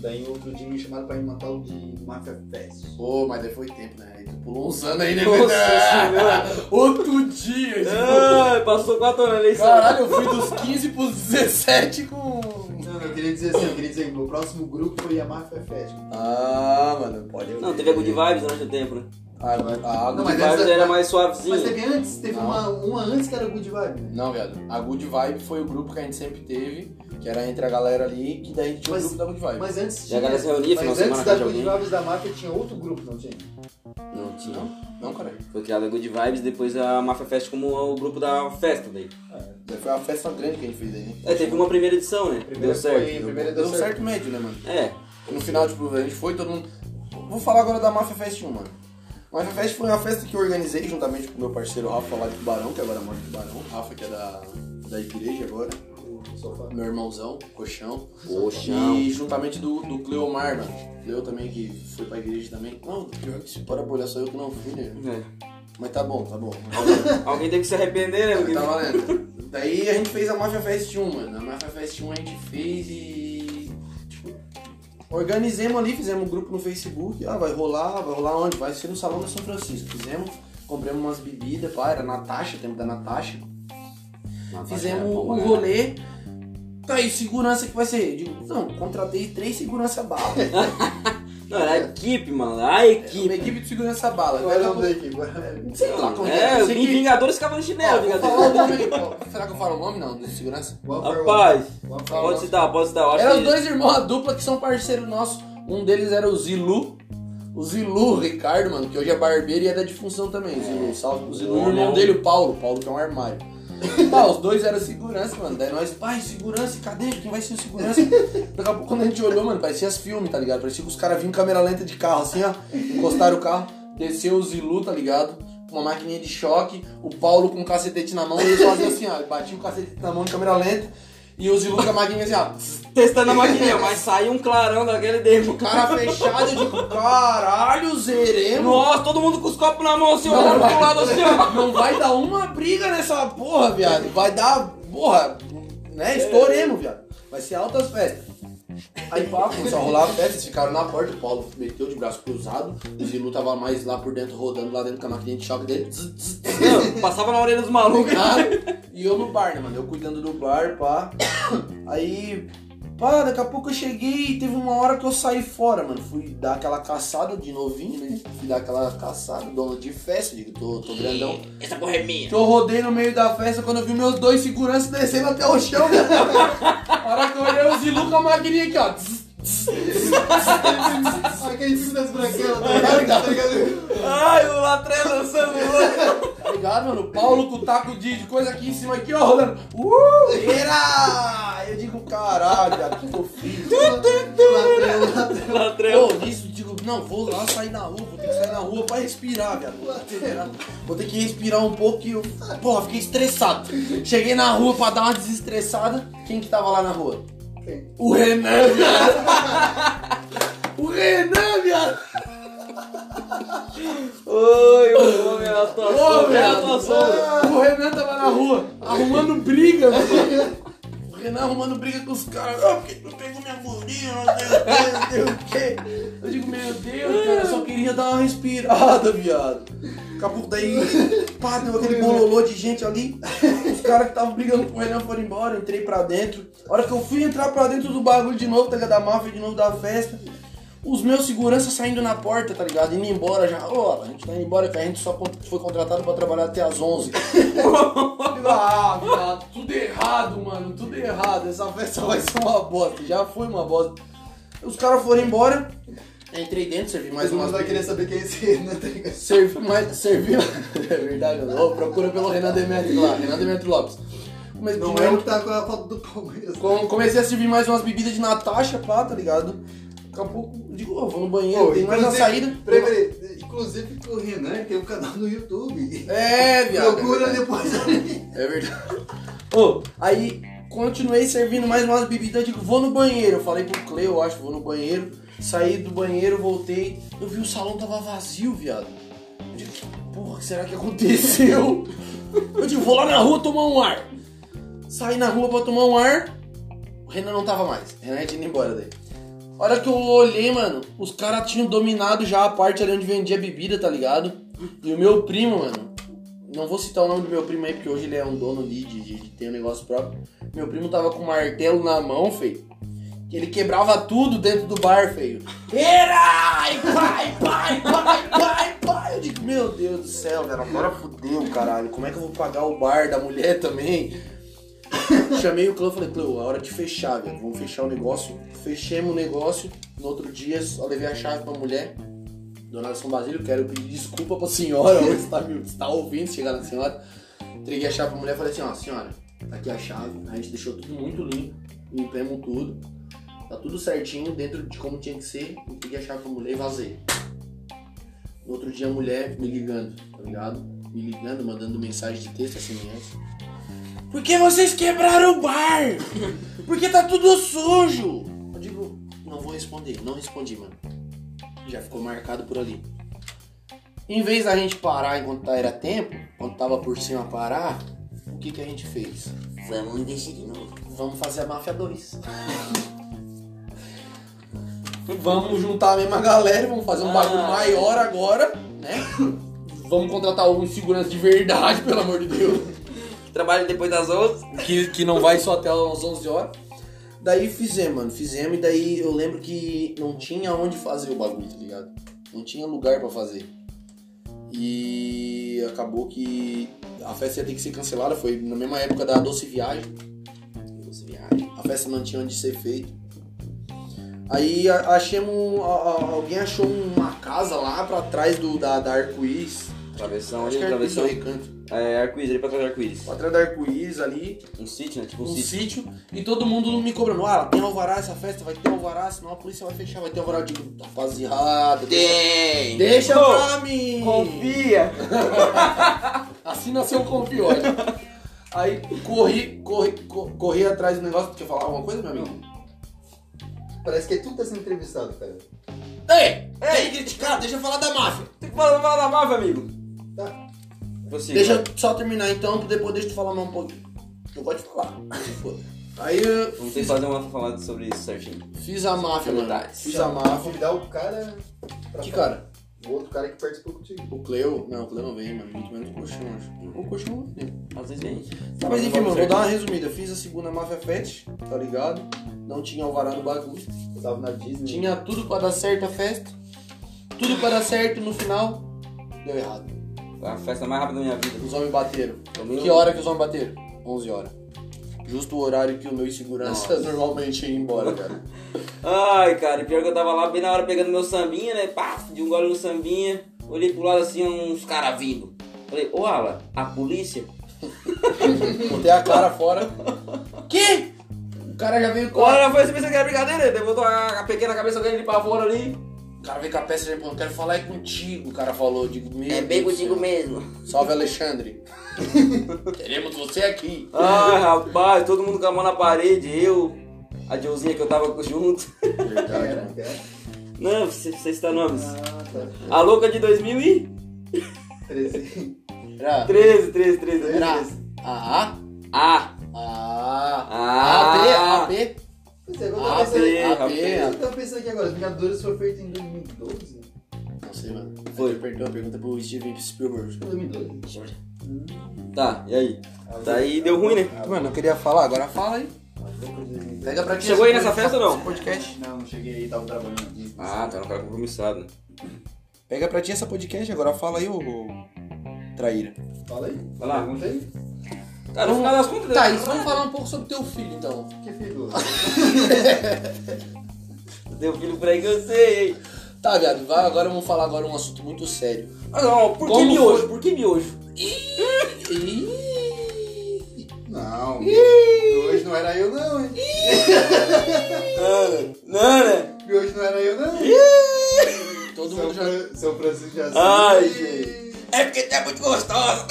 Speaker 3: Daí outro dia me chamaram pra ir matar o de Mafia Fest.
Speaker 1: Pô, mas daí foi tempo, né? Aí tu pulou uns anos aí, né?
Speaker 2: Nossa
Speaker 1: Outro dia, tipo,
Speaker 2: Ai, passou quatro anos ali.
Speaker 1: Caralho, eu fui dos 15 pros 17 com.
Speaker 2: Ah.
Speaker 3: Não, eu queria dizer assim, eu queria dizer que o meu próximo grupo foi a Mafia Fest.
Speaker 1: Ah, mano, pode
Speaker 2: Não,
Speaker 1: ver.
Speaker 2: teve a Good Vibes durante o tempo, né?
Speaker 1: Ah, a
Speaker 3: Não,
Speaker 1: Good
Speaker 3: mas
Speaker 2: Good
Speaker 1: Vibe.
Speaker 2: Vibes
Speaker 3: antes-
Speaker 2: era mais
Speaker 3: Mas
Speaker 2: suavezinha.
Speaker 3: teve antes, teve
Speaker 1: Não.
Speaker 2: Ah.
Speaker 3: uma, uma antes que era Good Vibe, né?
Speaker 1: Não, viado. A Good Vibe foi o grupo que a gente sempre teve, que era entre a galera ali, que daí tinha
Speaker 3: Mas-
Speaker 1: o grupo da Good Vibe.
Speaker 3: Mas antes
Speaker 2: Já a
Speaker 3: tinha.
Speaker 2: galera se reunia, final
Speaker 3: Mas
Speaker 2: de semana,
Speaker 3: antes da
Speaker 2: casa de
Speaker 3: Good
Speaker 2: alguém.
Speaker 3: Vibes da Mafia tinha outro grupo, não tinha?
Speaker 2: Não, tinha.
Speaker 1: Não, não, caralho.
Speaker 2: Foi criada a Good Vibes, depois a Mafia Fest como o grupo da festa daí.
Speaker 1: Daí Foi uma festa grande que a gente fez aí, né?
Speaker 2: É, teve uma primeira edição, né?
Speaker 3: Primeira
Speaker 2: Deu certo.
Speaker 3: foi-
Speaker 2: Deu-
Speaker 3: primeira
Speaker 1: Deu
Speaker 3: deu certo.
Speaker 1: certo médio, né, mano?
Speaker 2: É,
Speaker 1: No final, tipo, a gente foi todo mundo. Vou falar agora da Mafia Fest 1, mano. Mafia Fest foi uma festa que eu organizei juntamente com o meu parceiro Rafa lá de Tubarão, que agora mora em Tubarão. Rafa, que é da, da igreja agora.
Speaker 3: O sofá.
Speaker 1: Meu irmãozão, colchão.
Speaker 2: Colchão.
Speaker 1: E juntamente do, do Cleomar, mano. Cleo também, que foi pra igreja também. Não, pior que se para pra olhar, só eu que não fui, né?
Speaker 2: É.
Speaker 1: Mas tá bom, tá bom.
Speaker 2: Alguém tem que se arrepender, né?
Speaker 1: Tá
Speaker 2: Porque...
Speaker 1: valendo. Daí a gente fez a Mafia Fest 1, mano. A Mafia Fest 1 a gente fez e. Tipo, organizemos ali, fizemos um grupo no Facebook. Ah, vai rolar, vai rolar onde? Vai ser no Salão da São Francisco. Fizemos, compramos umas bebidas, pá, era Natasha, tempo da Natasha. Fizemos o
Speaker 3: né?
Speaker 1: rolê. Tá aí, segurança que vai ser. Eu digo, não, contratei três segurança bala.
Speaker 2: Não, era a equipe, mano. A equipe.
Speaker 1: Uma equipe de segurança bala.
Speaker 3: Qual
Speaker 1: Vai
Speaker 3: é o
Speaker 1: dar
Speaker 3: nome da
Speaker 1: um-
Speaker 3: equipe?
Speaker 1: Sei lá como é.
Speaker 2: É,
Speaker 1: eu
Speaker 2: os
Speaker 1: sei que-
Speaker 2: Vingadores ficavam no
Speaker 1: Ó,
Speaker 2: chinelo,
Speaker 1: vou falar o
Speaker 2: Vingadores.
Speaker 1: nome. ó, Será que eu falo o nome? Não, de segurança?
Speaker 2: Rapaz,
Speaker 3: One for
Speaker 2: pode
Speaker 3: one.
Speaker 2: citar, pode citar. Eu acho
Speaker 1: Eram
Speaker 2: que-
Speaker 1: dois irmãos, a dupla que são parceiro nosso. Um deles era o Zilu. O Zilu, o Ricardo, mano, que hoje é barbeiro e é da difunção também. O Zilu, salve pro Zilu. E o irmão dele, o Paulo. O Paulo que é um armário. Tá, os dois eram segurança, mano. Daí nós, pai, segurança, cadê? Quem vai ser o segurança? Daqui a pouco, quando a gente olhou, mano, parecia as filmes, tá ligado? Parecia que os caras vinham em câmera lenta de carro, assim, ó. Encostaram o carro, desceu o Zilu, tá ligado? Com uma maquininha de choque, o Paulo com um cacetete na mão, e eles faziam assim, ó. Batiam o cacetete na mão em câmera lenta. E o Zilu com a maquininha assim, ó.
Speaker 2: Testando a maquininha, mas saiu um clarão daquele demo.
Speaker 1: Cara fechado, eu digo, caralho, zeremos.
Speaker 2: Nossa, todo mundo com os copos na mão, assim, olhando pro lado, assim, ó.
Speaker 1: Não vai dar uma briga nessa porra, viado. Vai dar, porra, né? Estouremos, viado. Vai ser altas festas. Aí pá, começou a rolar a festa, eles ficaram na porta, o Paulo meteu de braço cruzado, o Zilu tava mais lá por dentro, rodando lá dentro com a maquininha de choque dele. Zzz, zzz,
Speaker 2: Não, passava na orelha dos malucos.
Speaker 1: Nada. E eu no bar, né, mano? Eu cuidando do bar, pá. Aí, pá, daqui a pouco eu cheguei e teve uma hora que eu saí fora, mano. Fui dar aquela caçada de novinho, né? Fui dar aquela caçada, dono de festa, digo, tô, tô grandão.
Speaker 2: Essa porra é minha.
Speaker 1: Que eu rodei no meio da festa quando eu vi meus dois seguranças descendo até o chão. né? A hora que eu olhei o Zilu com a maquininha aqui, ó. Zzz,
Speaker 3: Aquele filme das branquelas, tá ligado? Tá ligado?
Speaker 2: Ai, o Latré dançando.
Speaker 1: Tá ligado, mano? O Paulo com o taco de, de coisa aqui em cima aqui, ó, rodando. Uh! Era! Eu digo, caralho, cara, o que eu fiz?
Speaker 3: Latrela,
Speaker 2: Latré.
Speaker 1: Eu nisso, digo, não, vou lá sair na rua, vou ter que sair na rua pra respirar, viado. Vou ter que respirar, vou ter que respirar um pouco e eu, porra, fiquei estressado. Cheguei na rua pra dar uma desestressada, quem que tava lá na rua?
Speaker 3: Quem?
Speaker 1: O Renan, viado. O Renan, viado.
Speaker 2: Oi, o homem na tua
Speaker 1: Ô,
Speaker 2: sombra, na
Speaker 1: viado.
Speaker 2: tua sombra.
Speaker 1: O Renan tava na rua, arrumando briga, velho. O Renan arrumando briga com os caras. Ah, porque tu pegou minha bolinha, meu Deus, meu Deus, o quê? Eu digo, meu Deus, cara, eu só queria dar uma respirada, viado. Daqui a pouco daí, pá, deu aquele bololô de gente ali. Os caras que estavam brigando com o Renan foram embora, eu entrei pra dentro. A hora que eu fui entrar pra dentro do bagulho de novo, tá ligado? Da máfia de novo da festa. Os meus seguranças saindo na porta, tá ligado? Indo embora já. Ó, a gente tá indo embora, que a gente só con- foi contratado pra trabalhar até as 11. Ah, viado, tudo errado, mano, tudo errado. Essa festa vai ser uma bosta, já foi uma bosta. Os caras foram embora, eu entrei dentro, servi mais
Speaker 3: Mas
Speaker 1: umas
Speaker 3: mundo vai querer saber quem é esse Renan, tá ligado?
Speaker 1: Servi mais. Servi. é verdade, mano. Ô, procura pelo Renan Demetrio lá, Renan Demetrio Lopes. Mas
Speaker 3: Não
Speaker 1: de
Speaker 3: é o
Speaker 1: novo,
Speaker 3: que tá com a foto do Palmeiras.
Speaker 1: com- comecei a servir mais umas bebidas de Natasha pá, tá ligado? Daqui a pouco, eu digo, ó, vou no banheiro,
Speaker 3: Pô,
Speaker 1: tem mais uma
Speaker 3: inclusive-
Speaker 1: saída.
Speaker 3: Peraí, peraí. Inclusive que o Renan tem um canal no YouTube.
Speaker 1: É, viado.
Speaker 3: Procura depois ali.
Speaker 1: É verdade. Ô, aí continuei servindo mais umas bebidas, eu digo, vou no banheiro. Eu falei pro Cleo, eu acho, vou no banheiro. Saí do banheiro, voltei, eu vi o salão tava vazio, viado. Eu digo, porra, o que será que aconteceu? Eu digo, vou lá na rua tomar um ar. Saí na rua pra tomar um ar, o Renan não tava mais. O Renan tinha ido embora daí. A hora que eu olhei, mano, os caras tinham dominado já a parte ali onde vendia bebida, tá ligado? E o meu primo, mano, não vou citar o nome do meu primo aí, porque hoje ele é um dono ali, de, de- de- tem um negócio próprio. Meu primo tava com um martelo na mão, feio. Que ele quebrava tudo dentro do bar, feio. Era! E Pai, pai, pai, pai, pai! Eu digo, meu Deus do céu, velho, agora fudeu, caralho. Como é que eu vou pagar o bar da mulher também? Chamei o Cleo e falei, Cleo, a hora de fechar, velho. Vamos fechar o negócio. Fechemos o negócio. No outro dia, só levei a chave pra mulher. Dona São Basílio, quero pedir desculpa pra senhora, hoje está, me- está ouvindo, chegar na senhora. Entreguei a chave pra mulher e falei assim, ó, senhora, tá aqui a chave, a gente deixou tudo muito limpo, limpemos tudo, tá tudo certinho, dentro de como tinha que ser, entreguei a chave pra mulher e vazei. No outro dia a mulher me ligando, tá ligado? Me ligando, mandando mensagem de texto, SMS. Por que vocês quebraram o bar? Porque tá tudo sujo! Eu digo, não vou responder, não respondi, mano já ficou marcado por ali. Em vez da gente parar enquanto tá- era tempo, quando tava por cima parar, o que que a gente fez?
Speaker 2: Vamos investir de novo.
Speaker 1: Vamos fazer a Máfia 2. vamos juntar a mesma galera, vamos fazer um bagulho
Speaker 2: Ah.
Speaker 1: maior agora, né? vamos contratar um segurança de verdade, pelo amor de Deus.
Speaker 2: Trabalho depois das 11.
Speaker 1: que, que não vai só até às 11 horas. Daí fizemos, mano, fizemos e daí eu lembro que não tinha onde fazer o bagulho, tá ligado? Não tinha lugar pra fazer. E acabou que a festa ia ter que ser cancelada, foi na mesma época da Doce Viagem. Doce Viagem. A festa não tinha onde ser feita. Aí a- achamos, um, a- a- alguém achou uma casa lá pra trás do, da, da Arco-Íris.
Speaker 2: Travessão,
Speaker 1: Acho
Speaker 2: ali,
Speaker 1: que era Arco-Íris
Speaker 2: travessão.
Speaker 1: ou Recanto.
Speaker 2: É, arco-íris, ali pra trás do arco-íris.
Speaker 1: Pra trás da Arco-Íris ali.
Speaker 2: Um sítio, né? Tipo um
Speaker 1: um
Speaker 2: sítio.
Speaker 1: sítio e todo mundo me cobrando, ah, tem alvará essa festa, vai ter alvará, senão a polícia vai fechar, vai ter alvará de rapaziada. Deixa,
Speaker 2: Tem!
Speaker 1: deixa
Speaker 2: Ô,
Speaker 1: pra mim!
Speaker 2: Confia!
Speaker 1: Assim nasceu o confiote. Aí corri, corri, co- corri atrás do negócio, porque falar alguma coisa, meu amigo?
Speaker 3: Parece que tudo tá sendo entrevistado, cara.
Speaker 1: Ei! Ei, criticar, deixa eu falar da máfia.
Speaker 2: Tem que falar, falar da máfia, amigo.
Speaker 3: Tá.
Speaker 2: Você,
Speaker 1: Deixa eu só terminar então, pra depois deixa eu falar mais um pouquinho. Eu gosto de falar. Aí eu
Speaker 2: Vamos ter que fazer uma falada sobre isso certinho.
Speaker 1: fiz a máfia, mano.
Speaker 2: Verdade.
Speaker 1: Fiz a máfia.
Speaker 3: Convidar o cara. pra
Speaker 1: Que
Speaker 3: falar.
Speaker 1: cara?
Speaker 3: O outro cara que participou contigo.
Speaker 1: O Cleo? Não, o Cleo não vem, mano. Muito menos o Coxão, acho. O Coxão não vem.
Speaker 2: Às vezes vem.
Speaker 1: Tá, mas enfim, mano, vou dar uma resumida. Eu fiz a segunda Mafia Fest, tá ligado? Não tinha alvará no bagulho.
Speaker 3: Eu tava na Disney.
Speaker 1: Tinha tudo pra dar certo a festa. Tudo pra dar certo no final. Deu errado.
Speaker 2: Foi a festa mais rápida da minha vida.
Speaker 1: Os homens bateram.
Speaker 2: Também
Speaker 1: Que
Speaker 2: eu-
Speaker 1: hora que os homens bateram? 11 horas. Justo o horário que o meu segurança
Speaker 2: Nossa.
Speaker 1: normalmente ia embora, cara.
Speaker 2: Ai, cara, e pior que eu tava lá bem na hora pegando meu sambinha, né? Pá, de um gole no sambinha. Olhei pro lado assim, uns caras vindo. Falei, ô Ala, a polícia?
Speaker 1: Botei a cara fora. que? O cara já veio com
Speaker 2: O
Speaker 1: a...
Speaker 2: Ala foi assim, pensando que era brincadeira. Ele botou a, a pequena cabeça dele de pavor ali.
Speaker 1: O cara veio com a peça de pão. Quero falar é contigo, o cara falou. Eu Digo, meu
Speaker 2: É bem
Speaker 1: Deus do
Speaker 2: contigo
Speaker 1: céu.
Speaker 2: mesmo.
Speaker 1: Salve, Alexandre. Queremos você aqui.
Speaker 2: Ai, rapaz, todo mundo com a mão na parede, eu, a Joãozinha que eu tava junto.
Speaker 1: Verdade,
Speaker 3: Era,
Speaker 1: mano.
Speaker 3: cara.
Speaker 2: Não, você, você está nomes.
Speaker 3: Ah, tá.
Speaker 2: A louca de 2013,
Speaker 3: 13.
Speaker 1: Era,
Speaker 2: 13, 13, 13.
Speaker 1: era a A,
Speaker 2: Ah,
Speaker 1: a
Speaker 2: Ah.
Speaker 1: A, B, A, B,
Speaker 3: Pois é, eu
Speaker 1: A,
Speaker 3: tava pensando.
Speaker 1: B,
Speaker 2: Ah,
Speaker 1: A, B.
Speaker 3: Eu tava Então, pensando aqui agora. Os Vingadores foi feito em 2012?
Speaker 1: Não sei, mano.
Speaker 2: Foi.
Speaker 1: Foi. Perdeu a pergunta pro Steven Spielberg.
Speaker 3: 2012.
Speaker 2: tá, e aí? Daí deu ruim, né?
Speaker 1: Mano, eu queria falar, agora fala aí.
Speaker 3: né?
Speaker 1: Pega pra ti
Speaker 2: Chegou aí
Speaker 1: esse
Speaker 2: nessa festa ou não?
Speaker 1: esse podcast.
Speaker 3: Não, não cheguei aí, tava trabalhando na Disney.
Speaker 2: Ah, tá, não cara compromissado, né?
Speaker 1: Pega pra ti essa podcast, agora fala aí, ô. ô, Traíra.
Speaker 3: Fala aí.
Speaker 2: Vai lá.
Speaker 3: Pergunta aí.
Speaker 2: Cara, no final das contas...
Speaker 1: Tá,
Speaker 2: né?
Speaker 1: isso vamos falar um pouco sobre teu filho, então.
Speaker 3: Que filho?
Speaker 2: Deu filho pra aí que eu sei, hein?
Speaker 1: Tá, viado, vai, agora vamos falar agora um assunto muito sério.
Speaker 2: Ah, não, por que
Speaker 1: Como
Speaker 2: miojo? Por que miojo?
Speaker 1: Ih!
Speaker 3: Não. Hoje não era eu, não, hein?
Speaker 2: Nana, Nana!
Speaker 3: E Hoje não era eu, não.
Speaker 1: Todo
Speaker 3: São,
Speaker 1: mundo já.
Speaker 3: Fra- São Francisco de Assis.
Speaker 2: Ai,
Speaker 3: gente.
Speaker 2: É porque tu é muito gostosa!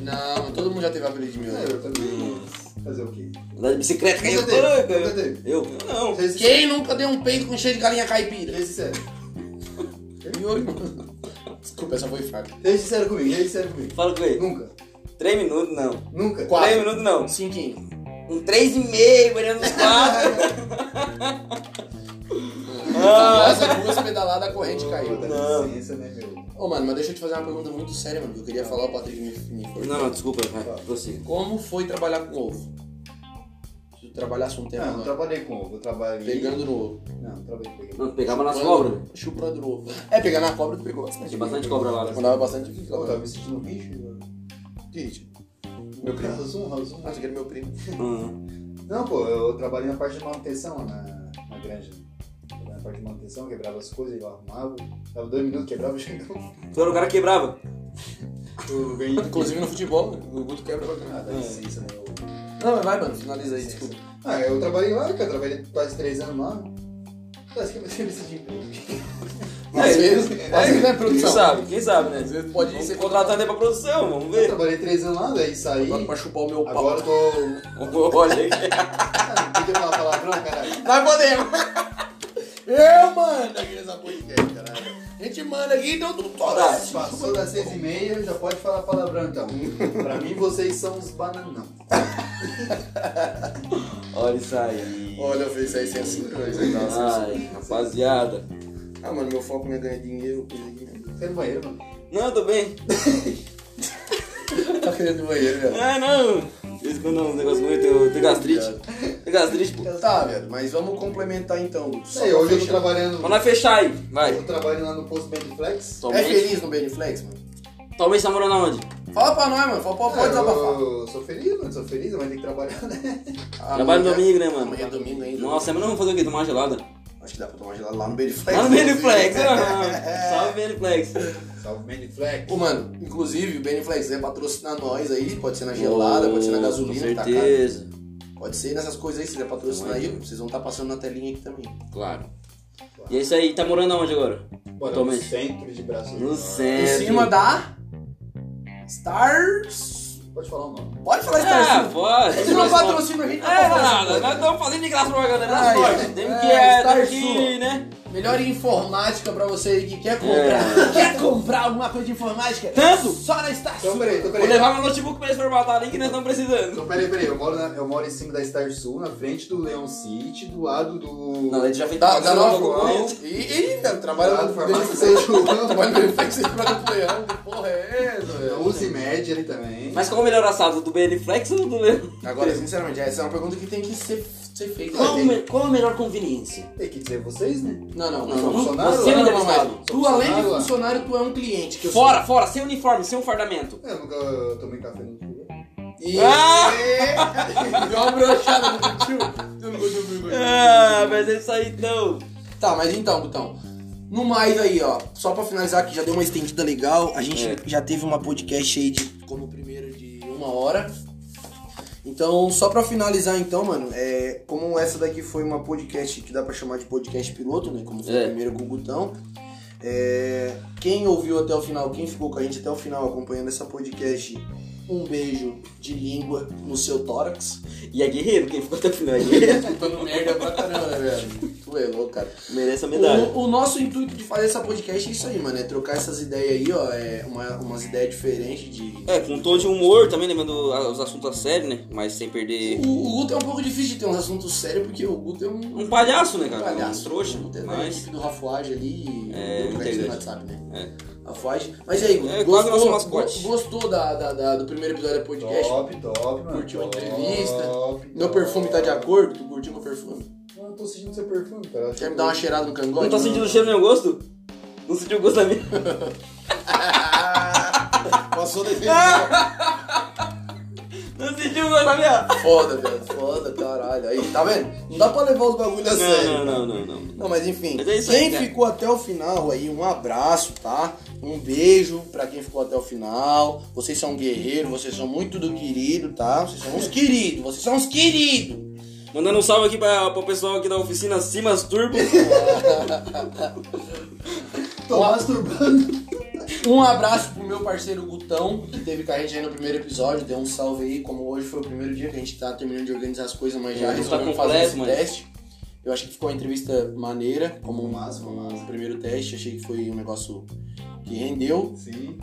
Speaker 1: Não, todo mundo já teve apelido de mim.
Speaker 3: É, eu também. Fazer o quê?
Speaker 2: Andar de bicicleta, caiu
Speaker 3: Nunca teve,
Speaker 2: branca.
Speaker 3: nunca teve.
Speaker 2: Eu? Eu não.
Speaker 3: Seja sincero.
Speaker 1: Quem nunca deu um peito com cheio de galinha caipira?
Speaker 3: Seja sincero.
Speaker 1: Desculpa, essa foi fraca.
Speaker 3: Seja sincero comigo, seja sincero comigo.
Speaker 2: Fala com ele.
Speaker 3: Nunca,
Speaker 2: Três minutos, não.
Speaker 3: nunca.
Speaker 1: Quatro.
Speaker 2: Três minutos, não.
Speaker 1: Cinquinho.
Speaker 2: Um três e meio, olhando nos quatro. Ah.
Speaker 1: Nossa, duas pedaladas, a corrente caiu.
Speaker 3: Pô,
Speaker 2: Não.
Speaker 3: dá licença, né, meu?
Speaker 1: Ô, mano, mas deixa eu te fazer uma pergunta muito séria, mano. que Eu queria falar, o Patrick me, me forçou.
Speaker 2: Não, não, desculpa, vai. Prossiga.
Speaker 1: Como foi trabalhar com ovo? Se tu trabalhasse um tempo,
Speaker 3: Não, não
Speaker 1: mano,
Speaker 3: trabalhei com ovo, eu trabalhei...
Speaker 1: pegando no ovo.
Speaker 3: Não, não trabalhei pegando.
Speaker 2: Não, pegava nas
Speaker 1: Chupando-
Speaker 2: cobras. né?
Speaker 1: Chupando no ovo. É, pegar na cobra tu pegou bastante.
Speaker 2: Tinha bastante cobra lá. né?
Speaker 1: Mandava bastante
Speaker 3: Pô,
Speaker 1: cobra.
Speaker 3: tava me sentindo um bicho, mano.
Speaker 1: Que ritmo? Meu primo.
Speaker 3: House 1, House 1.
Speaker 1: Nossa, que era meu primo.
Speaker 2: Hum.
Speaker 3: Não, pô, eu trabalhei na parte de manutenção na, na granja. Trabalhei na parte de manutenção, quebrava as coisas, eu arrumava. Dava dois minutos, quebrava, chegava.
Speaker 2: Tu era o cara que quebrava.
Speaker 3: Eu ganhei.
Speaker 1: Inclusive no futebol, né? o Guto quebra pra
Speaker 3: Ah,
Speaker 1: caralho.
Speaker 3: dá licença, né? eu-
Speaker 1: Não, mas vai, mano, finaliza aí, desculpa.
Speaker 3: Ah, eu trabalhei lá, cara, eu trabalhei quase três anos lá. Parece que eu comecei de emprego.
Speaker 1: Às vezes, às vezes não é
Speaker 2: Quem
Speaker 1: produção.
Speaker 2: sabe, quem sabe, né?
Speaker 1: Às vezes pode
Speaker 2: Vamos
Speaker 1: ser
Speaker 2: contratar até pra produção, vamos
Speaker 3: Eu
Speaker 2: ver.
Speaker 3: trabalhei três anos lá, daí saí.
Speaker 1: Agora pra chupar o meu pau.
Speaker 3: Agora eu tô.
Speaker 1: Então.
Speaker 2: Olha aí.
Speaker 3: Ah, não podia falar palavrão, caralho.
Speaker 1: Nós podemos. Eu mando aqui nessa podcast, caralho. A gente manda aqui, então tu
Speaker 2: Tá.
Speaker 1: toda.
Speaker 3: Passou das seis e meia, já pode falar palavrão então. pra mim, vocês são uns bananão.
Speaker 2: Olha isso aí.
Speaker 1: Olha, eu fiz 602 aí, tá assim.
Speaker 2: Ai, rapaziada.
Speaker 1: Ah, mano, meu foco não é ganhar dinheiro, coisa aqui. né?
Speaker 3: Você é no banheiro, mano?
Speaker 2: Não, tô bem.
Speaker 1: Tá querendo banheiro, velho.
Speaker 2: Ah, não. De vez em quando é um negócio muito. Eu tenho gastrite. Tem gastrite, pô.
Speaker 1: Tá, velho, mas vamos complementar então. Guto, só
Speaker 3: Sei,
Speaker 1: pra
Speaker 3: É, hoje eu tô
Speaker 1: fechar.
Speaker 3: trabalhando.
Speaker 2: Mas nós fechar aí, vai.
Speaker 3: Eu trabalho lá no posto Benflex.
Speaker 1: É
Speaker 2: Somente.
Speaker 1: feliz no Beneflex, mano?
Speaker 2: Talvez você morando aonde?
Speaker 1: Fala pra nós, mano. Fala, pode
Speaker 3: É,
Speaker 1: desabafar. Ah,
Speaker 3: eu sou feliz, mano. Sou feliz, mas tem que trabalhar, né?
Speaker 2: Trabalho
Speaker 1: Amanhã-
Speaker 2: domingo, né, mano?
Speaker 1: Amanhã é domingo ainda.
Speaker 2: Nossa, mas não vamos fazer o quê? Tomar uma gelada?
Speaker 1: Acho que dá pra tomar gelado lá no Beneflex.
Speaker 2: Lá no Beniflex.
Speaker 1: inclusive.
Speaker 2: ah, Salve, Beniflex.
Speaker 1: Tá
Speaker 3: Salve Benflex.
Speaker 1: Ô, mano, inclusive o Beneflex é patrocinar nós aí. Pode ser na gelada, pode ser na
Speaker 2: Oh,
Speaker 1: gasolina, que
Speaker 2: Com
Speaker 1: tá caro.
Speaker 2: certeza.
Speaker 1: Pode ser nessas coisas aí, se quiser patrocinar aí, vocês vão estar passando na telinha aqui também.
Speaker 2: Claro. E é isso aí. Tá morando aonde agora?
Speaker 3: Bora no
Speaker 2: Atualmente.
Speaker 3: centro de braço.
Speaker 2: No
Speaker 1: Em
Speaker 2: centro.
Speaker 1: cima da. Stars.
Speaker 3: Pode falar o nome.
Speaker 1: Pode falar
Speaker 2: Ah,
Speaker 1: Stars.
Speaker 2: pode.
Speaker 1: Eles não patrocinam a gente,
Speaker 2: É,
Speaker 1: tá bom,
Speaker 2: nada,
Speaker 1: pode.
Speaker 2: nós estamos fazendo de graça pra galera,
Speaker 1: Ah,
Speaker 2: nós
Speaker 1: é.
Speaker 2: pode. Temos que,
Speaker 1: É,
Speaker 2: é,
Speaker 1: Star
Speaker 2: temos que,
Speaker 1: Sul.
Speaker 2: né?
Speaker 1: Melhor informática pra você aí que quer comprar. Quer comprar alguma coisa de informática?
Speaker 2: É. Tanto?
Speaker 1: Só na Star
Speaker 3: Então,
Speaker 1: Sul.
Speaker 3: peraí, então,
Speaker 2: Vou
Speaker 3: peraí.
Speaker 2: levar meu notebook pra eles formatarem que nós estamos precisando.
Speaker 3: Então, peraí, peraí. Eu moro, na- eu moro em cima da Star Sul, na frente do Leon City, do lado do.
Speaker 2: Não, ele já fez
Speaker 1: Da, da Nova
Speaker 3: João.
Speaker 1: João. E, e cara, trabalha
Speaker 3: Trabalho
Speaker 1: no
Speaker 3: na farmácia
Speaker 1: farmácia.
Speaker 3: São João.
Speaker 1: Trabalha no Beneflex e trabalha no Leão. Que porra é essa,
Speaker 3: Eu uso média ali também.
Speaker 2: Mas qual o melhor assado, do Beniflex ou do Leão?
Speaker 1: Agora, sinceramente, essa é uma pergunta que tem que ser, ser feita.
Speaker 2: Qual, o me- qual a melhor conveniência?
Speaker 3: Tem que dizer vocês, né?
Speaker 1: Não, não,
Speaker 2: Não,
Speaker 1: não.
Speaker 2: não.
Speaker 3: funcionário,
Speaker 2: Você é
Speaker 1: Não,
Speaker 2: o
Speaker 1: não, não,
Speaker 2: interessado.
Speaker 1: mas Tu, além de
Speaker 3: funcionário,
Speaker 1: funcionário, tu é um cliente. Que eu sou.
Speaker 2: Fora, fora, sem uniforme, sem um fardamento.
Speaker 3: Eu nunca eu tomei café no cu.
Speaker 1: E...
Speaker 2: Ah!
Speaker 1: Deu uma brochada no tio. Tu não gostou, não gostou.
Speaker 2: Ah, mas é isso aí então.
Speaker 1: Tá, mas então, Gutão. No mais aí, ó, só pra finalizar que já deu uma estendida legal, a gente
Speaker 2: É.
Speaker 1: já teve uma podcast aí de, como primeiro de uma hora. Então, só pra finalizar então, mano, é, como essa daqui foi uma podcast que dá pra chamar de podcast piloto, né? Como foi
Speaker 2: É.
Speaker 1: a primeira com o Gutão. é, quem ouviu até o final, quem ficou com a gente até o final acompanhando essa podcast, um beijo de língua no seu tórax.
Speaker 2: E é guerreiro, quem ficou até o final é guerreiro.
Speaker 1: Dando merda pra caramba, né, velho? Tu é louco, cara.
Speaker 2: Merece a medalha.
Speaker 1: O, o nosso intuito de fazer essa podcast é isso aí, mano. É trocar essas ideias aí, ó. É uma- umas ideias diferentes de.
Speaker 2: É, com um tom de humor também, lembrando a- os assuntos a sério, né? Mas sem perder.
Speaker 1: O, o Guto é um pouco difícil de ter uns assuntos sérios, porque o Guto é um.
Speaker 2: Um palhaço, né, cara?
Speaker 1: Palhaço.
Speaker 2: Um trouxa.
Speaker 1: O Guto é da
Speaker 2: Mas.
Speaker 1: equipe do Rafuage ali.
Speaker 2: É,
Speaker 1: do do
Speaker 2: integrante.
Speaker 1: WhatsApp, né? Rafuage. Mas e aí, Guto,
Speaker 2: É, quase
Speaker 1: gostou,
Speaker 2: nosso mascote.
Speaker 1: go- gostou da, da- da- do primeiro episódio da podcast?
Speaker 3: Top, top, mano.
Speaker 1: Curtiu a
Speaker 3: Top,
Speaker 1: entrevista?
Speaker 3: top.
Speaker 1: Meu perfume tá de acordo? Tu curtiu meu perfume?
Speaker 3: Não, eu tô sentindo seu perfume, cara. Acho
Speaker 1: Quer me
Speaker 3: que-
Speaker 1: dar uma cheirada no cangote?
Speaker 2: Não tá sentindo o cheiro nem o gosto? Não sentiu o gosto da minha?
Speaker 1: Ah! Passou defendido.
Speaker 2: Não sentiu o gosto da minha?
Speaker 1: Foda, velho. Foda, caralho. Aí, tá vendo? Não dá pra levar os bagulhos a sério.
Speaker 2: Não, não, não, não, não.
Speaker 1: Não, mas enfim,
Speaker 2: Mas é isso
Speaker 1: quem
Speaker 2: aí, né?
Speaker 1: ficou até o final aí, um abraço, tá? Um beijo pra quem ficou até o final. Vocês são guerreiros, vocês são muito do querido, tá? Vocês são uns queridos, vocês são uns queridos.
Speaker 2: Mandando um salve aqui pra, pro pessoal aqui da oficina Simas Turbo.
Speaker 3: Tô masturbando.
Speaker 1: Um abraço pro meu parceiro Gutão, que teve com a gente aí no primeiro episódio, deu um salve aí. Como hoje foi o primeiro dia que a gente tá terminando de organizar as coisas, mas já
Speaker 2: Tá
Speaker 1: resolvemos
Speaker 2: completo,
Speaker 1: fazer esse
Speaker 2: mano.
Speaker 1: teste. Eu acho que ficou uma entrevista maneira, como um,
Speaker 3: Massa,
Speaker 1: um
Speaker 3: massa.
Speaker 1: primeiro teste. Achei que foi um negócio que rendeu.
Speaker 3: Sim.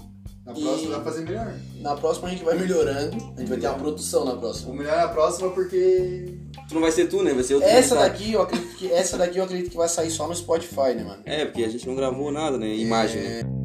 Speaker 3: Na
Speaker 1: E-
Speaker 3: próxima vai fazer melhor.
Speaker 1: Na próxima a gente vai melhorando. A gente vai ter uma produção na próxima.
Speaker 3: Vou melhorar na é próxima porque.
Speaker 2: Tu não vai ser tu, né? Vai ser outro
Speaker 1: Essa
Speaker 2: entrevistado.
Speaker 1: daqui, eu acredito que, essa daqui eu acredito que vai sair só no Spotify, né, mano?
Speaker 2: É, porque a gente não gravou nada, né? Imagem, né?